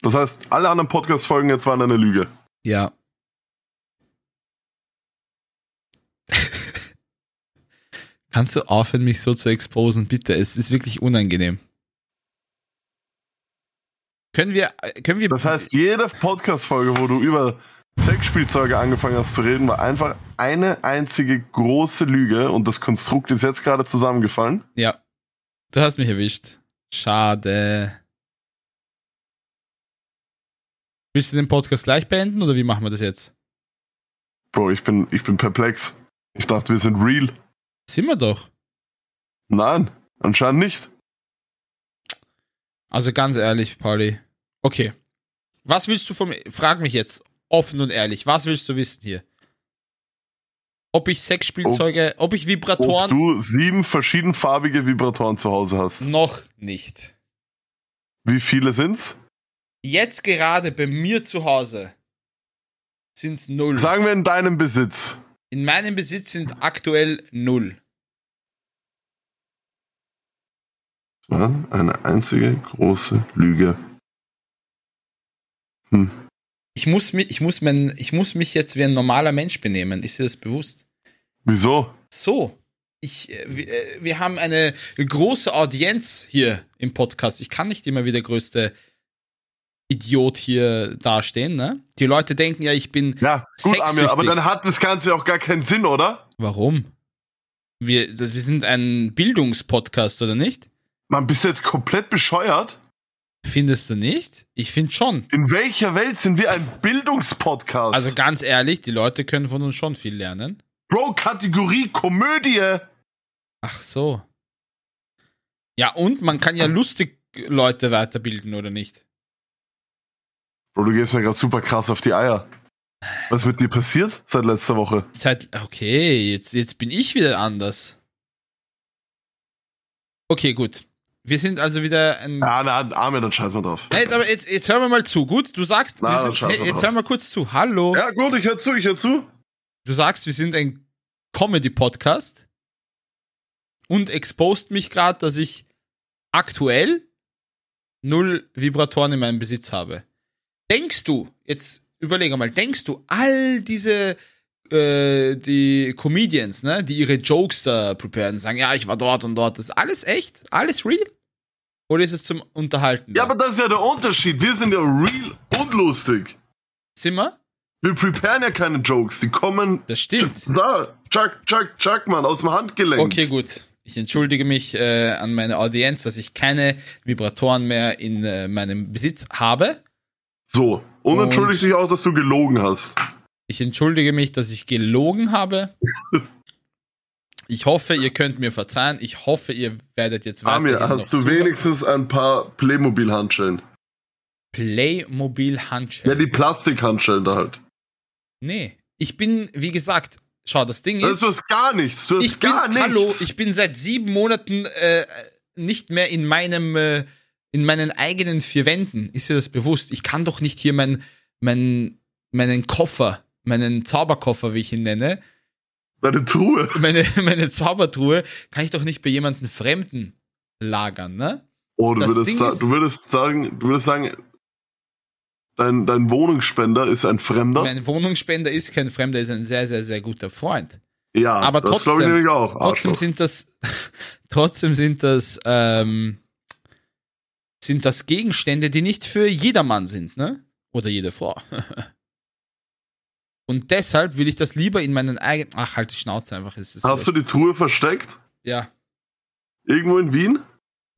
B: Das heißt, alle anderen Podcast-Folgen jetzt waren eine Lüge.
A: Ja. Kannst du aufhören, mich so zu exposen, bitte? Es ist wirklich unangenehm. Können wir, äh, können wir,
B: Das heißt, jede Podcast-Folge, wo du über Sexspielzeuge angefangen hast zu reden, war einfach eine einzige große Lüge und das Konstrukt ist jetzt gerade zusammengefallen.
A: ja, du hast mich erwischt. Schade. Willst du den Podcast gleich beenden oder wie machen wir das jetzt?
B: Bro, ich bin, ich bin perplex. Ich dachte, wir sind real.
A: Sind wir doch.
B: Nein, anscheinend nicht.
A: Also ganz ehrlich, Pauli. Okay. Was willst du von mir? Frag mich jetzt offen und ehrlich. Was willst du wissen hier? Ob ich Sexspielzeuge, ob ich
B: Ob
A: Vibratoren
B: du sieben verschiedenfarbige Vibratoren zu Hause hast.
A: noch nicht.
B: Wie viele sind's?
A: Jetzt gerade bei mir zu Hause sind es null.
B: Sagen wir in deinem Besitz.
A: In meinem Besitz sind aktuell null.
B: Ja, eine einzige große Lüge. Hm.
A: Ich muss mich, ich muss mein, ich muss mich jetzt wie ein normaler Mensch benehmen. Ist dir das bewusst?
B: Wieso?
A: So, ich, äh, wir, äh, wir haben eine große Audienz hier im Podcast. Ich kann nicht immer wie der größte Idiot hier dastehen, ne? Die Leute denken ja, ich bin.
B: Ja, gut, Amir,
A: Sexsüchtig.
B: aber dann hat das Ganze auch gar keinen Sinn, oder?
A: Warum? Wir, das- wir sind ein Bildungspodcast, oder nicht?
B: Man, bist du jetzt komplett bescheuert?
A: Findest du nicht? Ich finde schon.
B: In welcher Welt sind wir ein Bildungspodcast?
A: Also ganz ehrlich, die Leute können von uns schon viel lernen.
B: Bro, Kategorie Komödie.
A: Ach so. Ja, und man kann ja lustig Leute weiterbilden, oder nicht?
B: Bro, du gehst mir gerade super krass auf die Eier. Was ist mit dir passiert seit letzter Woche?
A: Seit, okay, jetzt, jetzt bin ich wieder anders. Okay, gut. Wir sind also wieder ein.
B: Ja, na, Armin, dann scheiß mal drauf.
A: Hey, jetzt, aber jetzt, jetzt hören wir mal zu. Gut, du sagst,
B: Na,
A: wir
B: dann
A: sind,
B: scheiß
A: hey,
B: mal
A: jetzt
B: drauf.
A: hören wir kurz zu. Hallo.
B: Ja, gut, ich hör zu, ich hör zu.
A: Du sagst, wir sind ein Comedy-Podcast und expost mich gerade, dass ich aktuell null Vibratoren in meinem Besitz habe. Denkst du, jetzt überlege mal, denkst du, all diese äh, die Comedians, ne, die ihre Jokes da preparen, sagen, ja, ich war dort und dort, das ist alles echt, alles real? Oder ist es zum Unterhalten?
B: Ja,
A: da?
B: aber das ist ja der Unterschied. Wir sind ja real und lustig.
A: sind wir?
B: Wir preparen ja keine Jokes, die kommen.
A: Das stimmt.
B: So, Chuck, Chuck, Chuck, Mann, aus dem Handgelenk.
A: Okay, gut. Ich entschuldige mich äh, an meine Audienz, dass ich keine Vibratoren mehr in äh, meinem Besitz habe.
B: So, und entschuldige dich auch, dass du gelogen hast.
A: Ich entschuldige mich, dass ich gelogen habe. Ich hoffe, ihr könnt mir verzeihen. Ich hoffe, ihr werdet jetzt
B: Amir,
A: weiterhin noch
B: hast du
A: zuhören.
B: wenigstens ein paar Playmobil-Handschellen?
A: Playmobil-Handschellen.
B: Ja, die Plastikhandschellen da halt.
A: nee. Ich bin, wie gesagt, schau, das Ding
B: Das ist
A: ist.
B: was gar nichts. Du hast
A: Ich bin,
B: gar nichts.
A: hallo, ich bin seit sieben Monaten äh, nicht mehr in meinem, äh, in meinen eigenen vier Wänden. Ist dir das bewusst? Ich kann doch nicht hier mein, mein, meinen Koffer, meinen Zauberkoffer, wie ich ihn nenne,
B: Deine Truhe.
A: meine, meine Zaubertruhe, kann ich doch nicht bei jemandem Fremden lagern, ne?
B: Oh, du
A: Das
B: würdest,
A: Ding
B: sa-
A: ist-
B: du würdest sagen, du würdest sagen, dein, dein Wohnungsspender ist ein Fremder.
A: Mein Wohnungsspender ist kein Fremder, ist ein sehr, sehr, sehr guter Freund.
B: ja,
A: aber
B: das glaube ich
A: trotzdem-
B: nämlich auch.
A: Trotzdem
B: Arschloch.
A: sind das, trotzdem sind das, ähm, sind das Gegenstände, die nicht für jedermann sind, ne? Oder jede Frau. Und deshalb will ich das lieber in meinen eigenen. Ach, halt die Schnauze einfach. Es Ist
B: Hast du die Truhe versteckt?
A: ja.
B: Irgendwo in Wien?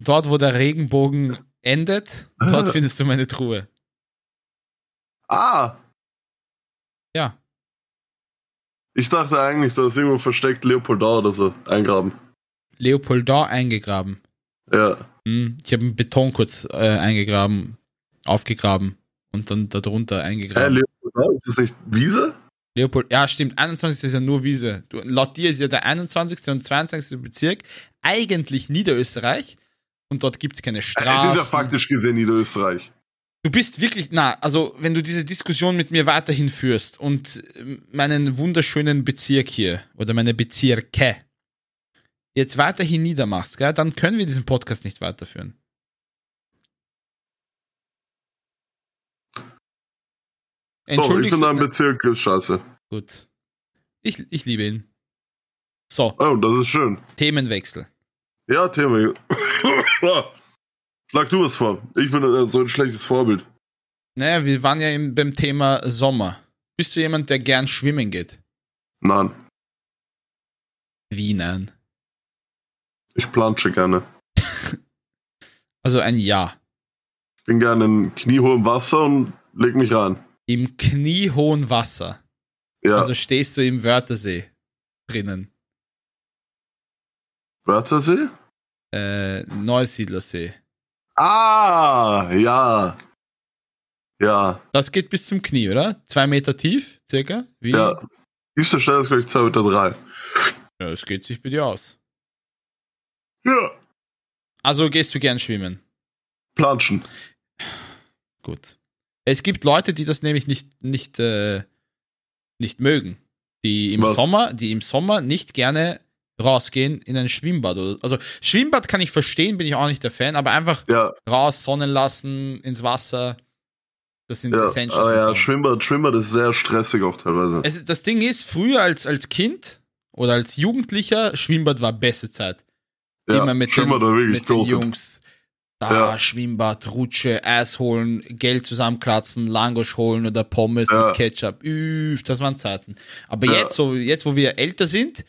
A: Dort, wo der Regenbogen endet, dort findest du meine Truhe.
B: Ah!
A: Ja.
B: Ich dachte eigentlich, da ist irgendwo versteckt Leopoldau oder so. Eingraben.
A: Leopoldau eingegraben.
B: Ja.
A: Hm, Ich habe einen Beton kurz äh, eingegraben, aufgegraben und dann darunter
B: Hä,
A: eingegraben.
B: Leopoldau? Ist das nicht Wiese?
A: Leopold, ja, stimmt. 21. ist ja nur Wiese. Du, laut dir ist ja der 21. und 22. Bezirk eigentlich Niederösterreich und dort gibt es keine
B: Es ist ja
A: Straßen.
B: faktisch gesehen Niederösterreich.
A: du bist wirklich, na, also wenn du diese Diskussion mit mir weiterhin führst und ähm, meinen wunderschönen Bezirk hier oder meine Bezirke jetzt weiterhin niedermachst, gell, dann können wir diesen Podcast nicht weiterführen.
B: So, ich
A: Entschuldigst
B: finde ein
A: du?
B: Bezirk ist scheiße.
A: Gut. Ich, ich liebe ihn. So,
B: Oh, das ist schön.
A: Themenwechsel.
B: Ja, Thema. Schlag du was vor. Ich bin äh, so ein schlechtes Vorbild.
A: Naja, wir waren ja eben beim Thema Sommer. Bist du jemand, der gern schwimmen geht?
B: Nein,
A: Wie nein.
B: ich plansche gerne.
A: Also ein Ja.
B: Ich bin gerne in kniehohem Wasser und leg mich rein.
A: Im kniehohen Wasser.
B: Ja,
A: Also stehst du im Wörthersee drinnen.
B: Wörthersee?
A: Äh, Neusiedlersee.
B: Ah, ja. Ja,
A: Das geht bis zum Knie, oder? Zwei Meter tief, circa? Wie?
B: ja. Tiefste Stelle ist, glaube ich, 2 Meter 3.
A: ja. Das geht sich bei dir aus.
B: Ja,
A: Also gehst du gern schwimmen?
B: planschen.
A: Gut. Es gibt Leute, die das nämlich nicht, nicht, äh, nicht mögen. Die im
B: Was?
A: Sommer, die im Sommer nicht gerne rausgehen in ein Schwimmbad. Oder, also Schwimmbad kann ich verstehen, bin ich auch nicht der Fan, aber einfach
B: Ja,
A: raus, sonnen lassen, ins Wasser. Das sind
B: ja.
A: Essentials.
B: Ah,
A: im
B: ja,
A: Sommer.
B: Schwimmbad, Schwimmbad ist sehr stressig auch teilweise.
A: Es, das Ding ist, früher als, als Kind oder als Jugendlicher, Schwimmbad war beste Zeit.
B: Ja,
A: immer mit
B: Schwimmbad
A: den,
B: war wirklich
A: mit den
B: goated.
A: Jungs. Da,
B: Ja.
A: Schwimmbad, Rutsche, Eis holen, Geld zusammenkratzen, Langosch holen oder Pommes
B: Ja.
A: mit Ketchup. Üff, das waren Zeiten. Aber
B: Ja.
A: jetzt, so, jetzt, wo wir älter sind,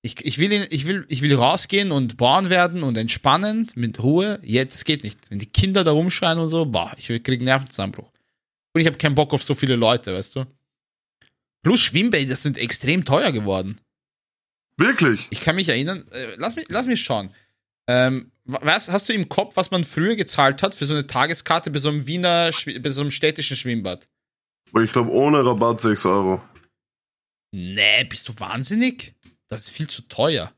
A: ich, ich, will, in- ich, will, ich will rausgehen und braun werden und entspannend, mit Ruhe. Jetzt geht nicht. Wenn die Kinder da rumschreien und so, boah, ich kriege Nervenzusammenbruch. Und ich habe keinen Bock auf so viele Leute, weißt du? Plus Schwimmbäder sind extrem teuer geworden.
B: Wirklich?
A: Ich kann mich erinnern, äh, lass, mich, lass mich schauen. Ähm, wa- was, hast du im Kopf, was man früher gezahlt hat für so eine Tageskarte bei so einem Wiener, Schwi- bei so einem städtischen Schwimmbad?
B: Aber Ich glaube, ohne Rabatt 6 Euro.
A: Nee, bist du wahnsinnig? Das ist viel zu teuer.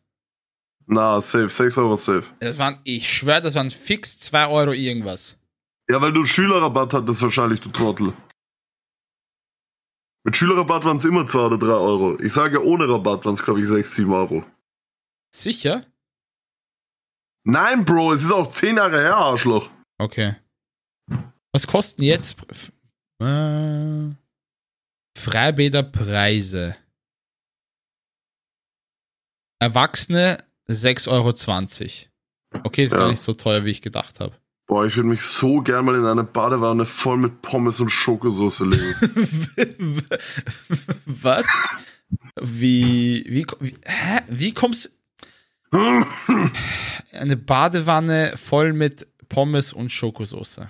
B: Na, safe, 6 Euro safe.
A: Das waren, ich schwöre, das waren fix 2 Euro irgendwas.
B: Ja, weil du Schülerrabatt hattest wahrscheinlich, du Trottel. Mit Schülerrabatt waren es immer 2 oder 3 Euro. Ich sage ja, ohne Rabatt waren es, glaube ich, 6, 7 Euro.
A: Sicher?
B: Nein, Bro, es ist auch 10 Jahre her, Arschloch.
A: Okay. Was kosten jetzt F- äh, Freibäderpreise? Erwachsene 6,20 Euro. Okay, ist gar
B: Ja.
A: nicht so teuer, wie ich gedacht habe.
B: Boah, ich würde mich so gern mal in eine Badewanne voll mit Pommes und Schokosauce legen.
A: Was? Wie, wie, ko- wie, hä? wie kommst Hm? eine Badewanne voll mit Pommes und Schokosauce?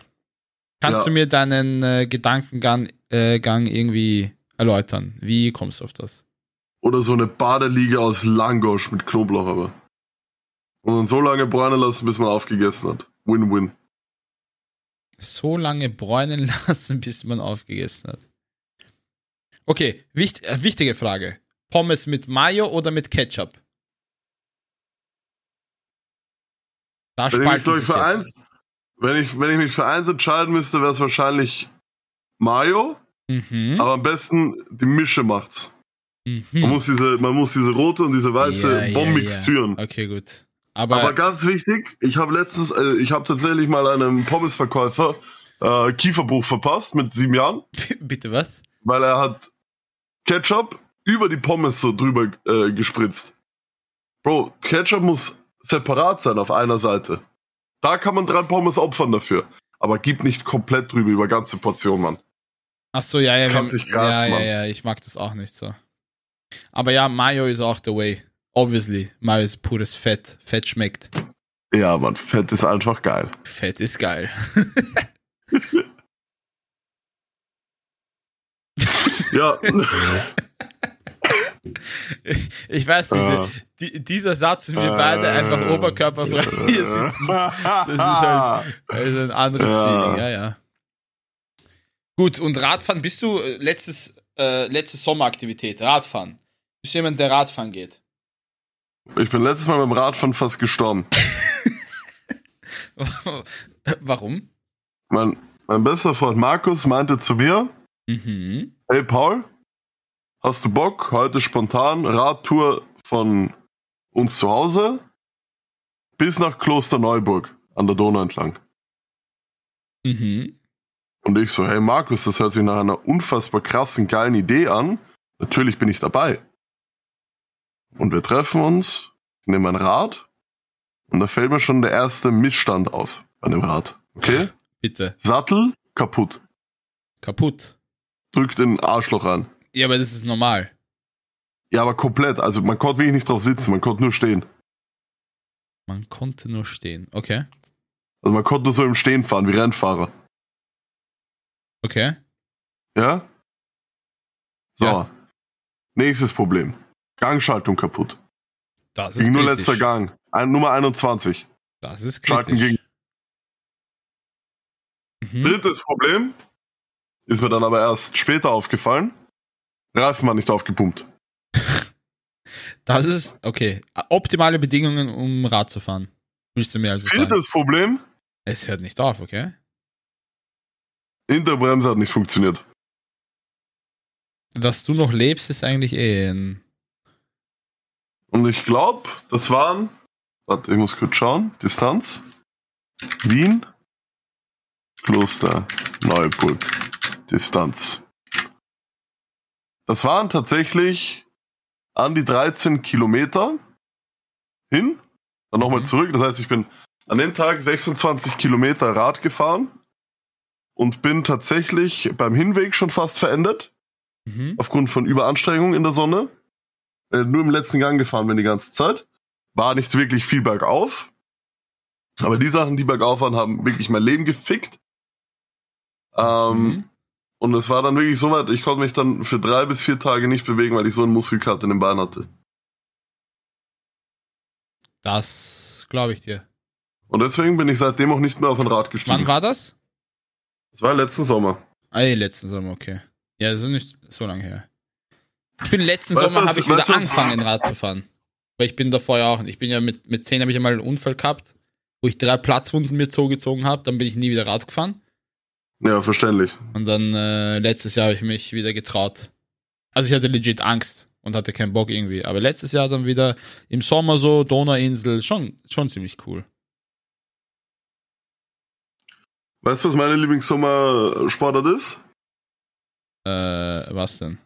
A: Kannst
B: Ja.
A: du mir deinen äh, Gedankengang äh, Gang irgendwie erläutern? Wie kommst du auf das?
B: Oder so eine Badeliege aus Langosch mit Knoblauch aber. Und dann so lange bräunen lassen, bis man aufgegessen hat. Win-win.
A: so lange bräunen lassen, bis man aufgegessen hat. Okay, wicht, äh, wichtige Frage. Pommes mit Mayo oder mit Ketchup? Da
B: Wenn ich mich,
A: spalten
B: glaub ich,
A: sich
B: für
A: jetzt.
B: eins, wenn ich, wenn ich mich für eins entscheiden müsste, wäre es wahrscheinlich Mayo.
A: Mhm.
B: Aber am besten die Mische macht's. Man,
A: Mhm.
B: muss, diese, man muss diese rote und diese
A: Ja,
B: weiße
A: ja,
B: Bombixtüren.
A: Okay, gut.
B: Aber,
A: Aber,
B: ganz wichtig, ich habe letztens, äh, ich habe tatsächlich mal einem Pommesverkäufer äh, Kieferbruch verpasst mit sieben Jahren,
A: bitte was?
B: weil er hat Ketchup über die Pommes so drüber äh, gespritzt. Bro, Ketchup muss separat sein auf einer Seite. Da kann man drei Pommes opfern dafür. Aber gib nicht komplett drüber über ganze Portion, Mann.
A: Ach so, ja, ja.
B: Kannst
A: wenn-
B: dich krass
A: ja, ja,
B: machen.
A: ja, ich mag das auch nicht so. Aber ja, Mayo ist auch the way. Obviously. Mayo ist pures Fett. Fett schmeckt.
B: Ja, Mann, Fett ist einfach geil.
A: Fett ist geil.
B: Ja,
A: Ich weiß nicht,
B: Ja.
A: die, dieser Satz, wie wir beide
B: Äh.
A: einfach oberkörperfrei hier sitzen,
B: Das
A: ist halt- ist ein anderes
B: Ja.
A: Feeling, ja, ja. Gut, und Radfahren, bist du äh, letztes, äh, letzte Sommeraktivität, Radfahren. Bist du jemand, der Radfahren geht?
B: Ich bin letztes Mal beim Radfahren fast gestorben.
A: Warum?
B: Mein, mein bester Freund Markus meinte zu mir,
A: Mhm.
B: hey Paul, hast du Bock, heute spontan Radtour von uns zu Hause bis nach Klosterneuburg an der Donau entlang.
A: Mhm.
B: Und ich so, hey Markus, das hört sich nach einer unfassbar krassen, geilen Idee an. Natürlich bin ich dabei. Und wir treffen uns, ich nehme ein Rad und da fällt mir schon der erste Missstand auf an dem Rad. Okay?
A: Bitte.
B: Sattel kaputt.
A: Kaputt.
B: Drückt den Arschloch an.
A: Ja, aber das ist normal.
B: Ja, aber komplett. Also man konnte wirklich nicht drauf sitzen, man konnte nur stehen.
A: Man konnte nur stehen. Okay.
B: Also man konnte nur so im Stehen fahren, wie Rennfahrer.
A: Okay.
B: Ja? So.
A: Ja.
B: Nächstes Problem. Gangschaltung kaputt.
A: Das ist
B: Ging nur
A: kritisch.
B: letzter Gang. Ein, Nummer 21.
A: Das ist
B: Schalten
A: kritisch. Mhm.
B: Drittes Problem. Ist mir dann aber erst später aufgefallen. Reifen war nicht aufgepumpt.
A: Das ist, okay. Optimale Bedingungen, um Rad zu fahren. Willst du mir also sagen?
B: Viertes Problem.
A: Es hört nicht auf, okay?
B: Hinterbremse hat nicht funktioniert.
A: Dass du noch lebst, ist eigentlich eh ein.
B: Und ich glaube, das waren. Warte, ich muss kurz schauen. Distanz. Wien. Kloster. Neuburg. Distanz. Das waren tatsächlich an die 13 Kilometer hin. Dann nochmal
A: Mhm.
B: zurück. Das heißt, ich bin an dem Tag 26 Kilometer Rad gefahren und bin tatsächlich beim Hinweg schon fast verendet
A: Mhm.
B: aufgrund von Überanstrengung in der Sonne. Äh, nur im letzten Gang gefahren bin die ganze Zeit. War nicht wirklich viel bergauf. Aber die Sachen, die bergauf waren, haben wirklich mein Leben gefickt. Ähm,
A: Mhm.
B: Und es war dann wirklich so weit, ich konnte mich dann für drei bis vier Tage nicht bewegen, weil ich so einen Muskelkater in den Beinen hatte.
A: Das glaube ich dir.
B: Und deswegen bin ich seitdem auch nicht mehr auf ein Rad
A: Wann
B: gestiegen.
A: war das?
B: Das war letzten Sommer.
A: Ah, eh, letzten Sommer, okay. Ja, das ist nicht so lange her. Ich bin letzten
B: Weißt
A: Sommer
B: du,
A: habe ich
B: weißt
A: wieder
B: du, was-
A: angefangen, Rad zu fahren. Weil ich bin davor ja auch. Ich bin ja mit, mit 10 habe ich einmal einen Unfall gehabt, wo ich drei Platzwunden mir zugezogen habe. Dann bin ich nie wieder Rad gefahren.
B: Ja, verständlich.
A: Und dann äh, letztes Jahr habe ich mich wieder getraut. Also ich hatte legit Angst und hatte keinen Bock irgendwie. Aber letztes Jahr dann wieder im Sommer so, Donauinsel, schon, schon ziemlich cool.
B: Weißt du, was meine Lieblingssommersportart ist?
A: Äh, was denn?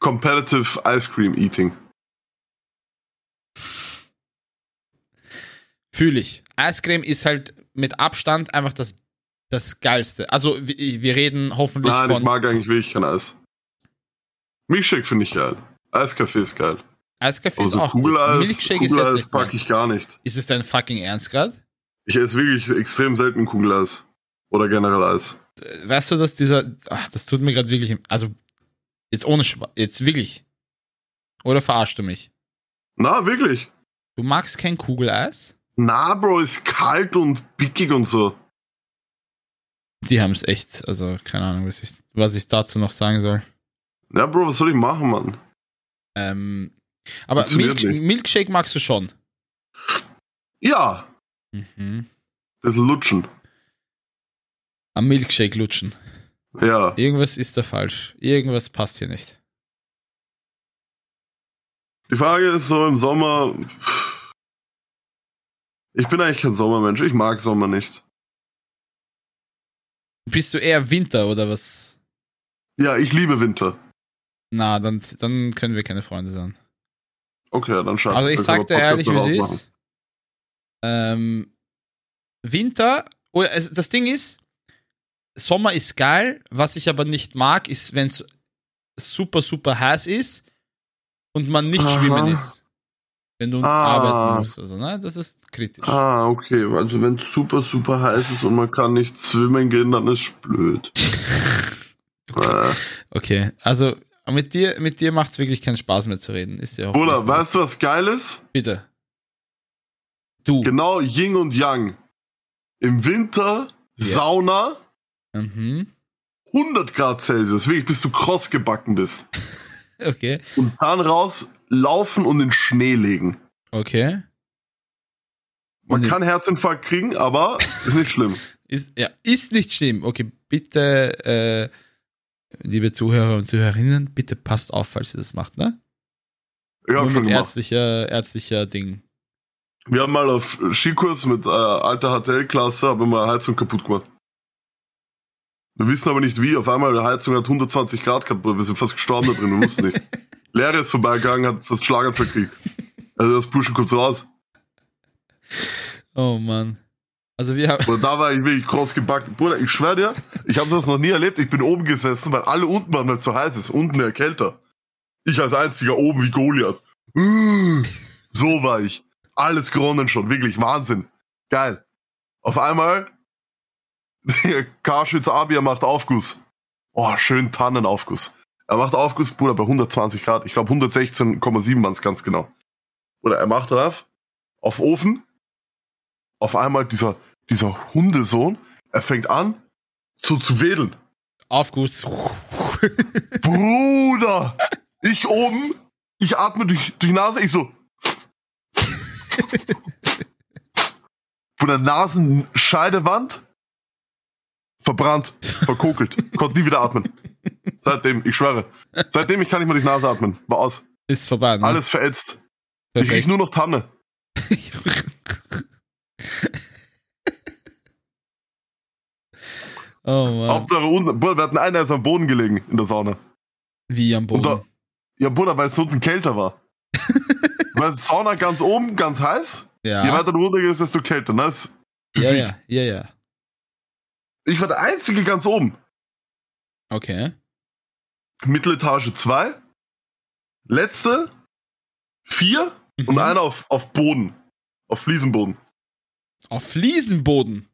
B: Competitive Ice Cream Eating.
A: Fühle ich. Eiscreme ist halt mit Abstand einfach das, das Geilste. Also wir, wir reden hoffentlich
B: Nein, ich
A: von
B: mag eigentlich wirklich kein Eis. Milchshake finde ich geil. Eiskaffee ist geil.
A: Eiskaffee
B: Aber
A: ist
B: so
A: auch gut.
B: Kugeleis,
A: Milkshake ist jetzt
B: Kugeleis
A: nicht
B: packe
A: mein.
B: ich gar nicht.
A: Ist es dein fucking Ernst gerade?
B: Ich esse wirklich extrem selten Kugeleis. Oder generell Eis.
A: weißt du, dass dieser, ach, das tut mir gerade wirklich, im- also jetzt ohne Spaß, jetzt wirklich. Oder verarschst du mich?
B: Na, wirklich?
A: Du magst kein Kugeleis?
B: Na, Bro, ist kalt und pickig und so.
A: Die haben es echt, also keine Ahnung, was ich, was ich dazu noch sagen soll.
B: Ja, Bro, was soll ich machen, Mann?
A: Ähm, aber
B: Funktioniert
A: Milk,
B: nicht.
A: Milkshake magst du schon.
B: Ja,
A: Mhm.
B: das Lutschen.
A: Am Milkshake lutschen.
B: Ja.
A: Irgendwas ist da falsch. Irgendwas passt hier nicht.
B: Die Frage ist so im Sommer. pff, Ich bin eigentlich kein Sommermensch. Ich mag Sommer nicht.
A: Bist du eher Winter oder was?
B: Ja, ich liebe Winter.
A: Na, dann, dann können wir keine Freunde sein.
B: Okay, dann schade.
A: Also ich
B: Dann können
A: sag dir
B: wir
A: ehrlich,
B: Podcasts
A: wie es
B: daraus
A: ist. Ähm, Winter, oder es, das Ding ist, Sommer ist geil, was ich aber nicht mag, ist, wenn es super, super heiß ist und man nicht
B: Aha.
A: schwimmen ist. Wenn du
B: Ah.
A: arbeiten musst. Also, ne? Das ist kritisch.
B: machen. Ah, okay. Also wenn es super, super heiß ist und man kann nicht schwimmen gehen, dann ist es blöd. Äh,
A: Okay, also mit dir, mit dir macht es wirklich keinen Spaß mehr zu reden. Ist ja auch
B: Bruder,
A: nicht-
B: weißt du, was geil ist?
A: Bitte. Du.
B: Genau Yin und Yang. Im Winter
A: Ja.
B: Sauna
A: Mhm.
B: 100 Grad Celsius. Wirklich, bis du kross gebacken bist.
A: Okay,
B: Und dann raus laufen und in Schnee legen.
A: okay.
B: Man
A: Nee.
B: kann Herzinfarkt kriegen, aber ist nicht schlimm.
A: Ist, ja, ist nicht schlimm. Okay, bitte, äh, liebe Zuhörer und Zuhörerinnen, bitte passt auf, falls ihr das macht, ne?
B: Ich hab
A: Nur
B: schon
A: mit
B: gemacht.
A: ärztlicher, ärztlicher Ding.
B: Wir haben mal auf Skikurs mit äh, alter HTL-Klasse, haben wir mal Heizung kaputt gemacht. Wir wissen aber nicht wie. Auf einmal, die Heizung hat 120 Grad gehabt, Bruder. wir sind fast gestorben da drin, wir wussten nicht. Lehrer ist vorbeigegangen, hat fast Schlaganfall gekriegt. Also das Pushen kurz raus.
A: Oh Mann. Also wir haben.
B: Und da war ich wirklich kross gebacken. Bruder, ich schwör dir, ich habe das noch nie erlebt. Ich bin oben gesessen, weil alle unten waren, weil es so heiß ist. Unten der Kälter. Ich als einziger oben wie Goliath. Mm, So war ich. Alles geronnen schon. Wirklich Wahnsinn. Geil. Auf einmal, der Karschütz Abia macht Aufguss. Oh, schön Tannenaufguss. Er macht Aufguss, Bruder, bei 120 Grad. Ich glaube 116,7 waren es ganz genau. Oder er macht drauf, auf Ofen. Auf einmal dieser dieser Hundesohn, er fängt an so zu wedeln.
A: Aufguss.
B: Bruder! Ich oben, ich atme durch, durch die Nase, ich so. Von der Nasenscheidewand verbrannt, verkokelt, konnte nie wieder atmen. Seitdem, ich schwöre, seitdem ich kann nicht mehr durch die Nase atmen. War aus.
A: Ist vorbei, ne?
B: Alles verätzt. Ich riech
A: perfekt.
B: nur noch Tanne.
A: oh Mann.
B: Hauptsache unten. Bruder, wir hatten einen, der ist am Boden gelegen in der Sauna.
A: Wie am Boden.
B: Unter, ja, Bruder, weil es unten kälter war. weil Sauna ganz oben, ganz heiß.
A: ja.
B: Je weiter du runter gehst, desto kälter. Ne? Das ist
A: ja,
B: Physik.
A: ja, ja, ja.
B: Ich war der Einzige ganz oben.
A: Okay.
B: Mitteletage 2, letzte, vier und
A: Mhm.
B: einer auf, auf Boden. Auf Fliesenboden.
A: Auf Fliesenboden.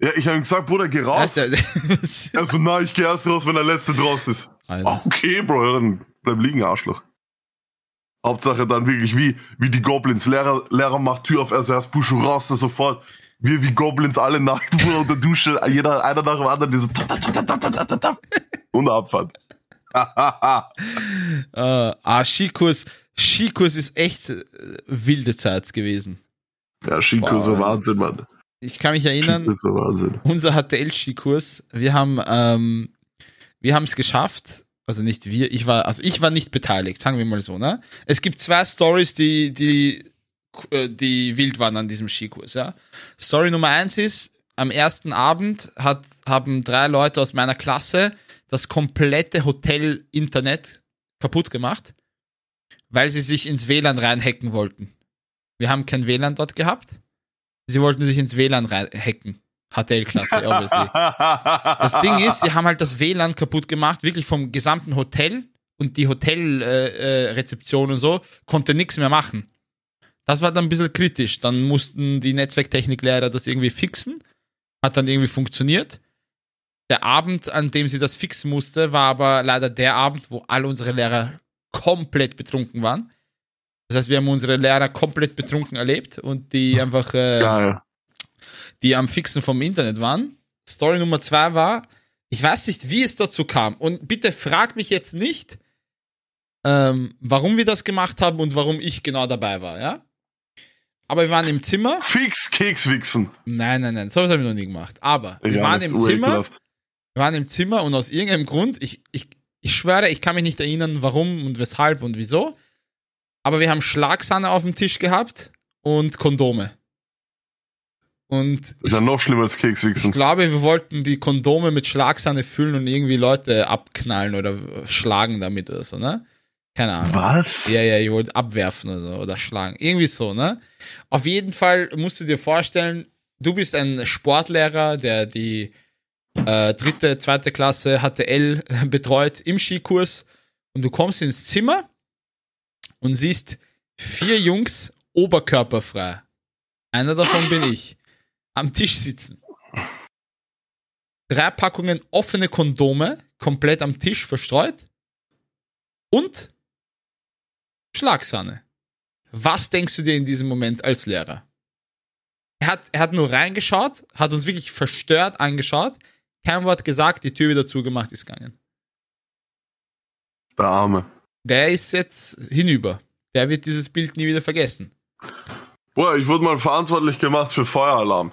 B: Ja, ich habe ihm gesagt, Bruder, geh raus.
A: Alter,
B: Er so, na, ich geh erst raus, wenn der letzte draußen ist.
A: Alter.
B: Okay, Bro, ja, dann bleib liegen, Arschloch. Hauptsache dann wirklich wie, wie die Goblins. Lehrer, Lehrer macht Tür auf, also erst Pushu raus, dann sofort. Wir wie Goblins alle Nacht Bruder, unter Dusche, jeder einer nach dem anderen, die so tap, tap, tap, tap, tap, tap, tap, tap. und Abfahrt.
A: Äh, ah, Skikurs. Skikurs ist echt äh, wilde Zeit gewesen.
B: ja, Skikurs war
A: Boah.
B: Wahnsinn, Mann.
A: Ich kann mich erinnern,
B: Skikurs war Wahnsinn.
A: unser HTL-Skikurs, wir haben ähm, wir haben es geschafft, also nicht wir, ich war, also ich war nicht beteiligt, sagen wir mal so, ne? Es gibt zwei Stories, die, die, äh, die wild waren an diesem Skikurs, ja. Story Nummer eins ist, am ersten Abend hat, haben drei Leute aus meiner Klasse das komplette Hotel-Internet kaputt gemacht, weil sie sich ins WLAN reinhacken wollten. Wir haben kein WLAN dort gehabt. Sie wollten sich ins WLAN reinhacken. HTL-Klasse, obviously. Das Ding ist, sie haben halt das WLAN kaputt gemacht, wirklich vom gesamten Hotel und die Hotelrezeption äh, Rezeption und so, konnte nichts mehr machen. Das war dann ein bisschen kritisch. Dann mussten die Netzwerktechniklehrer das irgendwie fixen. Hat dann irgendwie funktioniert. Der Abend, an dem sie das fixen musste, war aber leider der Abend, wo alle unsere Lehrer komplett betrunken waren. Das heißt, wir haben unsere Lehrer komplett betrunken erlebt und die einfach, äh,
B: Geil.
A: die am Fixen vom Internet waren. Story Nummer zwei war, ich weiß nicht, wie es dazu kam. Und bitte frag mich jetzt nicht, ähm, warum wir das gemacht haben und warum ich genau dabei war, ja? Aber wir waren im Zimmer.
B: Fix Keks wichsen.
A: Nein, nein, nein, sowas habe ich noch nie gemacht. Aber wir
B: Ja,
A: waren
B: das
A: im
B: ist
A: Zimmer.
B: urekelhaft.
A: Wir waren im Zimmer und aus irgendeinem Grund, ich, ich, ich schwöre, ich kann mich nicht erinnern, warum und weshalb und wieso, aber wir haben Schlagsahne auf dem Tisch gehabt und Kondome. Und
B: Das ist ja noch schlimmer als Keks
A: ich
B: wichsen.
A: glaube, wir wollten die Kondome mit Schlagsahne füllen und irgendwie Leute abknallen oder schlagen damit oder so, ne? Keine Ahnung.
B: Was?
A: Ja, ja, ihr wollt abwerfen oder, so, oder schlagen. Irgendwie so, ne? Auf jeden Fall musst du dir vorstellen, du bist ein Sportlehrer, der die äh, dritte, zweite Klasse HTL betreut im Skikurs und du kommst ins Zimmer und siehst vier Jungs oberkörperfrei. Einer davon bin ich. Am Tisch sitzen. Drei Packungen offene Kondome, komplett am Tisch verstreut. Und Schlagsahne. Was denkst du dir in diesem Moment als Lehrer? Er hat, er hat nur reingeschaut, hat uns wirklich verstört angeschaut, kein Wort gesagt, die Tür wieder zugemacht, ist gegangen.
B: Der Arme.
A: Der ist jetzt hinüber. Der wird dieses Bild nie wieder vergessen.
B: Boah, ich wurde mal verantwortlich gemacht für Feueralarm.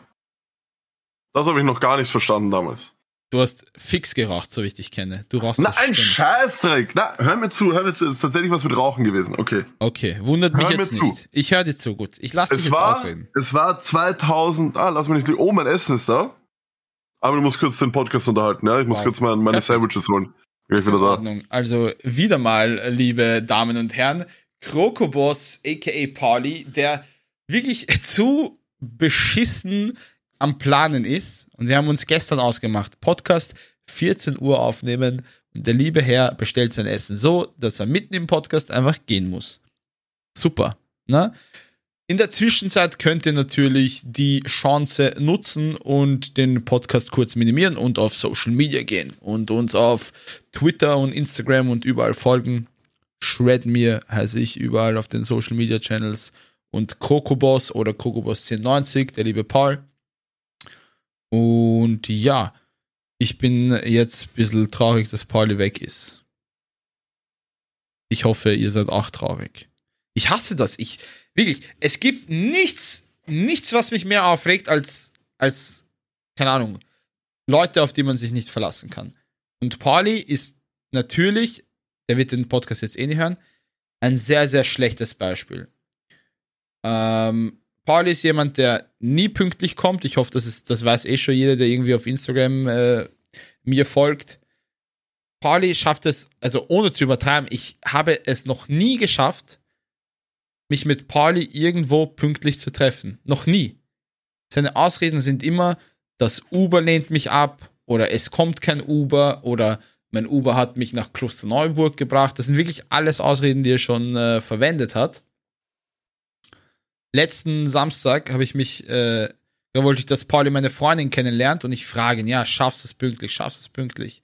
B: Das habe ich noch gar nicht verstanden damals.
A: Du hast fix geraucht, so wie ich dich kenne. Du rauchst
B: Na,
A: das
B: ein
A: ständig.
B: Scheißdreck. Na, hör mir zu, hör mir zu. Es ist tatsächlich was mit Rauchen gewesen. Okay.
A: Okay, wundert mich
B: Hör mir
A: jetzt
B: zu.
A: nicht. Ich höre dir zu, gut. Ich lasse dich
B: Es
A: jetzt
B: war,
A: ausreden.
B: es war 2000. Ah, lass mich nicht. liegen. Oh, mein Essen ist da. Aber du musst kurz den Podcast unterhalten, ja? Ich muss
A: Wow.
B: kurz mal meine
A: Perfekt.
B: Sandwiches holen. Ich bin
A: In
B: wieder da.
A: Ordnung. Also wieder mal, liebe Damen und Herren, Krokobos, a.k.a. Pauli, der wirklich zu beschissen am Planen ist. Und wir haben uns gestern ausgemacht, Podcast 14 Uhr aufnehmen. Und der liebe Herr bestellt sein Essen so, dass er mitten im Podcast einfach gehen muss. Super. Ne? In der Zwischenzeit könnt ihr natürlich die Chance nutzen und den Podcast kurz minimieren und auf Social Media gehen und uns auf Twitter und Instagram und überall folgen. Shred mir heiße ich überall auf den Social Media Channels und Kokoboss oder Kokoboss1090, der liebe Paul. Und ja, ich bin jetzt ein bisschen traurig, dass Pauli weg ist. Ich hoffe, ihr seid auch traurig. Ich hasse das. Ich, wirklich, es gibt nichts, nichts, was mich mehr aufregt als, als, keine Ahnung, Leute, auf die man sich nicht verlassen kann. Und Pauli ist natürlich, der wird den Podcast jetzt eh nicht hören, ein sehr, sehr schlechtes Beispiel. Ähm, Pauli ist jemand, der nie pünktlich kommt. Ich hoffe, das, ist, das weiß eh schon jeder, der irgendwie auf Instagram äh, mir folgt. Pauli schafft es, also ohne zu übertreiben, ich habe es noch nie geschafft, mich mit Pauli irgendwo pünktlich zu treffen. Noch nie. Seine Ausreden sind immer, das Uber lehnt mich ab oder es kommt kein Uber oder mein Uber hat mich nach Klosterneuburg gebracht. Das sind wirklich alles Ausreden, die er schon äh, verwendet hat. Letzten Samstag habe ich mich, äh, da wollte ich, dass Pauli meine Freundin kennenlernt und ich frage ihn, ja, schaffst du es pünktlich, schaffst du es pünktlich?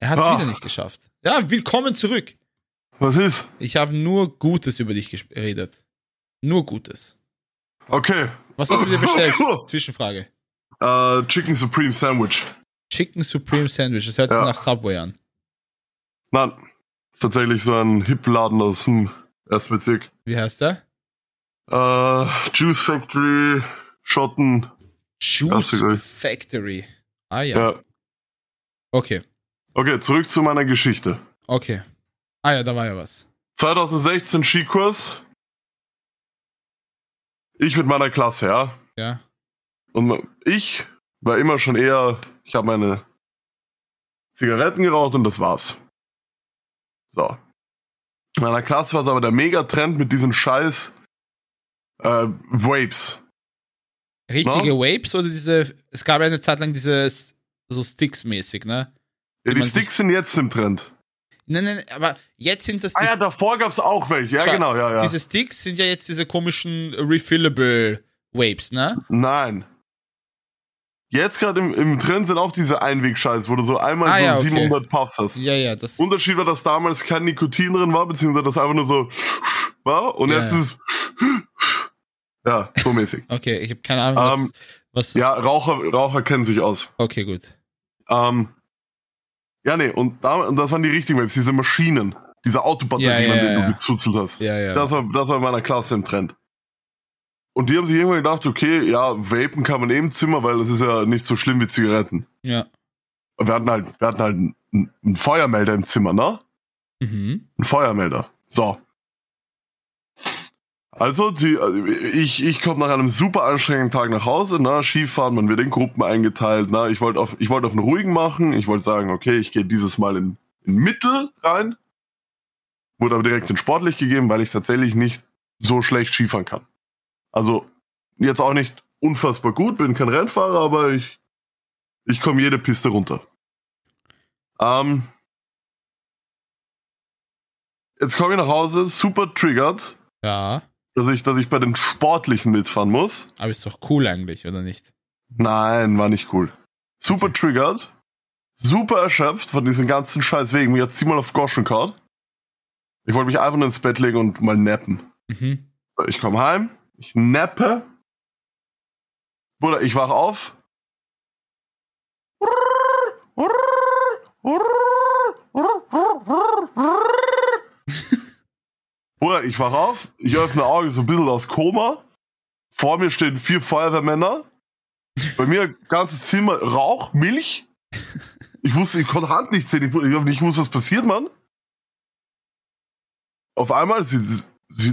A: Er hat es
B: Ah.
A: wieder nicht geschafft. Ja, willkommen zurück.
B: Was ist?
A: Ich habe nur Gutes über dich ges- geredet. Nur Gutes.
B: Okay.
A: Was hast du dir bestellt? Zwischenfrage.
B: Äh, Chicken Supreme Sandwich.
A: Chicken Supreme Sandwich. Das hört sich
B: Ja.
A: nach Subway an.
B: Nein. Ist tatsächlich so ein Hip-Laden aus dem ersten Bezirk.
A: Wie heißt der?
B: Äh, Juice Factory, Schotten.
A: Juice
B: Ach, so geil.
A: Factory. Ah ja.
B: Ja.
A: Okay.
B: Okay, zurück zu meiner Geschichte.
A: Okay. Ah ja, da war ja was.
B: 2016 Skikurs. Ich mit meiner Klasse, ja.
A: Ja.
B: Und ich war immer schon eher, ich habe meine Zigaretten geraucht und das war's. So. In meiner Klasse war es aber der Megatrend mit diesen scheiß äh, Vapes.
A: Richtige Vapes oder diese. Es gab ja eine Zeit lang diese S- so Sticks-mäßig, ne?
B: Ja, die
A: Man
B: Sticks sind jetzt im Trend.
A: Nein, nein, aber jetzt sind das.
B: Ah ja,
A: die-
B: davor gab's auch welche. Ja,
A: Schau,
B: genau, ja, ja.
A: Diese Sticks sind ja jetzt diese komischen refillable Vapes, ne?
B: Nein. Jetzt gerade im, im Trend sind auch diese Einwegscheiß, wo du so einmal
A: Ah
B: so
A: ja, okay.
B: 700 Puffs hast.
A: Ja, ja, das.
B: Unterschied war, dass damals kein Nikotin drin war, beziehungsweise dass einfach nur so war und
A: Ja,
B: jetzt
A: ja.
B: ist es. Ja, so mäßig.
A: Okay, ich habe keine Ahnung, was,
B: Ähm,
A: was das
B: ja, Raucher, Raucher kennen sich aus.
A: Okay, gut.
B: Ähm, ja, nee, und, da, und das waren die richtigen Waves, diese Maschinen, diese Autobatterien,
A: Ja, ja,
B: an denen
A: ja, ja.
B: du gezuzelt hast.
A: Ja, ja.
B: Das, war, das war in meiner Klasse im Trend. Und die haben sich irgendwann gedacht, okay, ja, vapen kann man eh im Zimmer, weil das ist ja nicht so schlimm wie Zigaretten.
A: ja.
B: Und wir hatten halt, wir hatten halt einen, einen Feuermelder im Zimmer, ne?
A: Mhm.
B: Ein Feuermelder. So. Also, die, ich, ich komme nach einem super anstrengenden Tag nach Hause, na, Skifahren, man wird in Gruppen eingeteilt, na, ich wollte auf, ich wollte auf einen ruhigen machen, ich wollte sagen, okay, ich gehe dieses Mal in, in Mittel rein, wurde aber direkt in sportlich gegeben, weil ich tatsächlich nicht so schlecht Skifahren kann. Also, jetzt auch nicht unfassbar gut, bin kein Rennfahrer, aber ich, ich komme jede Piste runter. Ähm, jetzt komme ich nach Hause, super triggert,
A: Ja.
B: dass ich, dass ich bei den Sportlichen mitfahren muss.
A: Aber ist doch cool eigentlich, oder nicht?
B: Nein, war nicht cool. Super
A: Okay.
B: triggert, super erschöpft von diesen ganzen Scheiß wegen. Mir hat siebenmal auf Goschen gehauen. Ich wollte mich einfach nur ins Bett legen und mal nappen.
A: Mhm.
B: Ich komme heim, ich nappe. Bruder, ich wach auf. Bruder, ich wach auf, ich öffne Augen so ein bisschen aus Koma. Vor mir stehen vier Feuerwehrmänner. Bei mir ganzes Zimmer Rauch, Milch. Ich wusste, ich konnte Hand nicht sehen. Ich, ich, ich wusste, was passiert, Mann. Auf einmal, sie, sie,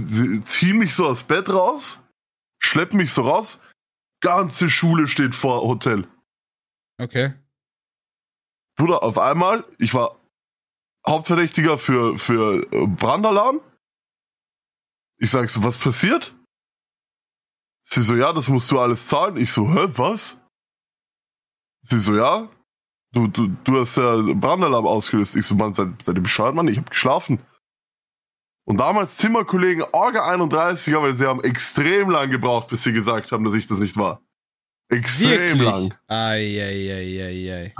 B: sie ziehen mich so aus Bett raus, schleppen mich so raus. Ganze Schule steht vor Hotel.
A: Okay.
B: Bruder, auf einmal, ich war Hauptverdächtiger für, für äh, Brandalarm. Ich sag so, was passiert? Sie so, ja, das musst du alles zahlen. Ich so, hä, was? Sie so, ja, du, du, du hast ja Brandalarm ausgelöst. Ich so, Mann, seid, seid ihr bescheuert, Mann? Ich hab geschlafen. Und damals Zimmerkollegen Orga 31, aber sie haben extrem lang gebraucht, bis sie gesagt haben, dass ich das nicht war. Extrem
A: Wirklich?
B: lang.
A: Eieieiei.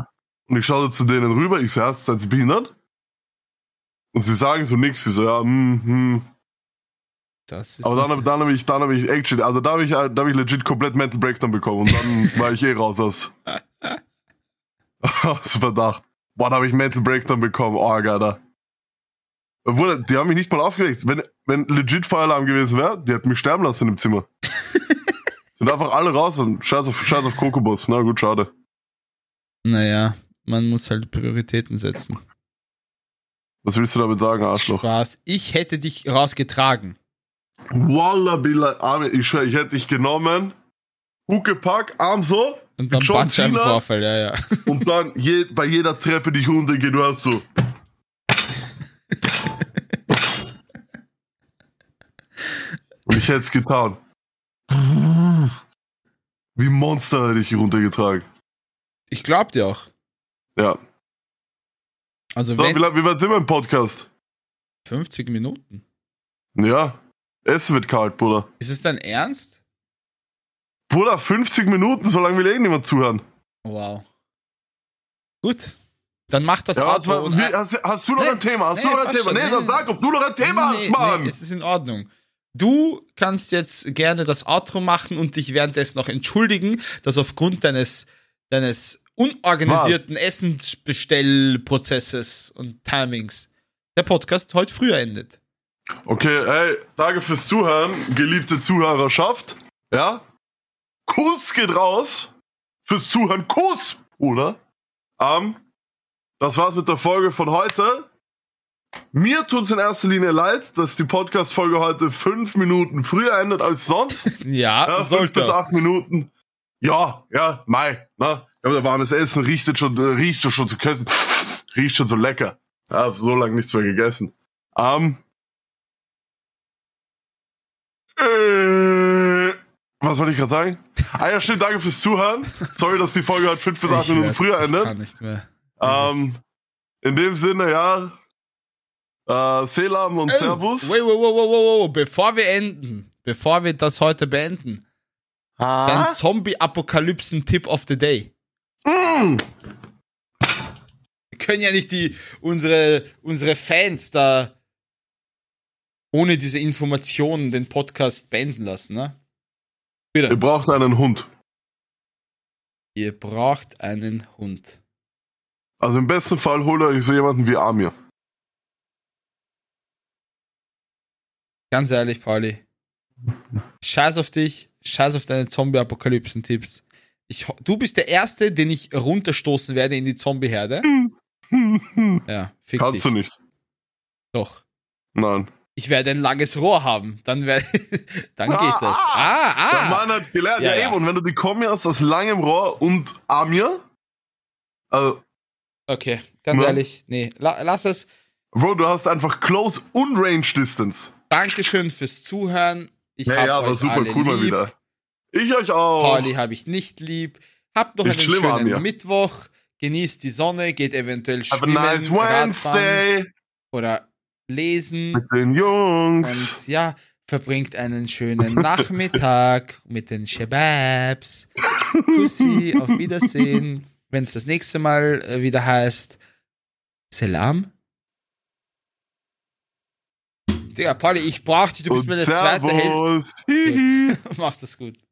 B: Und ich schaute zu denen rüber, ich so, hast du jetzt halt behindert? Und sie sagen so nichts, sie so, ja, hm, hm.
A: Das ist.
B: Aber dann,
A: natürlich-
B: hab- dann habe ich, dann habe ich Action, also da habe ich, da hab ich legit komplett Mental Breakdown bekommen und dann war ich eh raus aus, aus Verdacht. Boah, da habe ich Mental Breakdown bekommen, oh, geil, da. Bruder, die haben mich nicht mal aufgeregt. Wenn, wenn legit Feueralarm gewesen wäre, die hätten mich sterben lassen im Zimmer. Sind einfach alle raus und scheiß auf, scheiß auf Kokobus. Na gut, schade.
A: Naja, man muss halt Prioritäten setzen.
B: Was willst du damit sagen, Arschloch?
A: Spaß. Ich hätte dich rausgetragen.
B: Walla Billa, Arme, Ah, ich schwör, ich hätte dich genommen, Huckepack, Arm so
A: Und dann
B: John
A: Bandscheibenvorfall, ja, ja.
B: und dann je, bei jeder Treppe, die ich runtergehe, du hast so. Und ich hätte es getan. Wie Monster hätte ich hier runtergetragen.
A: Ich glaub dir auch.
B: Ja.
A: Also,
B: So, wie,
A: wenn.
B: lang- wie weit sind wir im Podcast?
A: 50 Minuten.
B: Ja. Essen wird kalt, Bruder.
A: Ist es dein Ernst?
B: Bruder, 50 Minuten, so lange will eh niemand zuhören.
A: Wow. Gut. Dann mach das
B: Ja, was
A: Auto
B: war,
A: und-
B: wie, hast, hast du noch
A: Äh, Nee,
B: ein Thema? Hast
A: nee,
B: du noch ein
A: passt
B: Thema?
A: schon,
B: Nee,
A: nee,
B: dann
A: nee.
B: sag, ob du noch ein Thema hast, Mann!
A: es ist in Ordnung. Du kannst jetzt gerne das Outro machen und dich währenddessen noch entschuldigen, dass aufgrund deines, deines unorganisierten Essensbestellprozesses und Timings der Podcast heute früher endet.
B: Okay, hey, danke fürs Zuhören, geliebte Zuhörerschaft. Ja? Kuss geht raus. Fürs Zuhören, Kuss, Bruder. Ähm, das war's mit der Folge von heute. Mir tut's in erster Linie leid, dass die Podcast-Folge heute fünf Minuten früher endet als sonst.
A: Ja,
B: Ja, Äh, fünf
A: Ah, sollte.
B: bis acht Minuten. Ja, ja, Mai. Ne? Ich habe warmes Essen, riecht jetzt schon, äh, riecht schon, schon zu kösten. Riecht schon so lecker. Ja, hab so lange nichts mehr gegessen. Ähm. Äh, was wollte ich gerade sagen? Ah ja, stimmt, danke fürs Zuhören. Sorry, dass die Folge halt fünf bis acht
A: Ich
B: Minuten
A: werd-
B: früher
A: Ich
B: endet.
A: kann nicht mehr.
B: Ähm, in dem Sinne, ja. Äh, Selam und
A: Oh,
B: Servus.
A: Wait, wait, wait, wait, wait, wait. Bevor wir enden, bevor wir das heute beenden, dein
B: Ah.
A: Zombie-Apokalypsen-Tipp of the Day.
B: Mm.
A: Wir können ja nicht die, unsere, unsere Fans da ohne diese Informationen den Podcast beenden lassen, ne?
B: Ihr
A: Bitte.
B: braucht einen Hund.
A: Ihr braucht einen Hund.
B: Also im besten Fall holt euch so jemanden wie Amir.
A: Ganz ehrlich, Pauli. Scheiß auf dich, scheiß auf deine Zombie-Apokalypsen-Tipps. Ich ho- Du bist der Erste, den ich runterstoßen werde in die Zombie-Herde. Ja, fick
B: Kannst du
A: dich.
B: nicht.
A: Doch.
B: Nein.
A: Ich werde ein langes Rohr haben. Dann, wär, dann geht das.
B: Ah,
A: Ah,
B: Der
A: ah.
B: Mann hat gelernt.
A: Ja,
B: Ja,
A: ja.
B: eben. Und wenn du die Kombi hast aus langem Rohr und Amir, also,
A: Okay, ganz
B: Ja.
A: ehrlich. Nee, la, lass es.
B: Bro, du hast einfach Close und Range Distance.
A: Dankeschön fürs Zuhören. Ich
B: Ja,
A: hab
B: ja, war
A: euch
B: super cool
A: alle
B: mal
A: lieb.
B: wieder. Ich euch auch.
A: Pauli habe ich nicht lieb. Habt noch
B: Nicht
A: einen
B: schlimm,
A: schönen
B: Amir.
A: Mittwoch. Genießt die Sonne, geht eventuell
B: Have a
A: schwimmen,
B: nice
A: Radfahren
B: Wednesday
A: oder lesen.
B: mit den Jungs.
A: Und ja, verbringt einen schönen Nachmittag mit den Shebabs. Pussy, auf Wiedersehen. Wenn es das nächste Mal äh, wieder heißt, Selam. Digga, Pauli, ich brauch dich, du bist
B: Und
A: mir der zweite Held.
B: Servus.
A: Gut. Mach's das gut.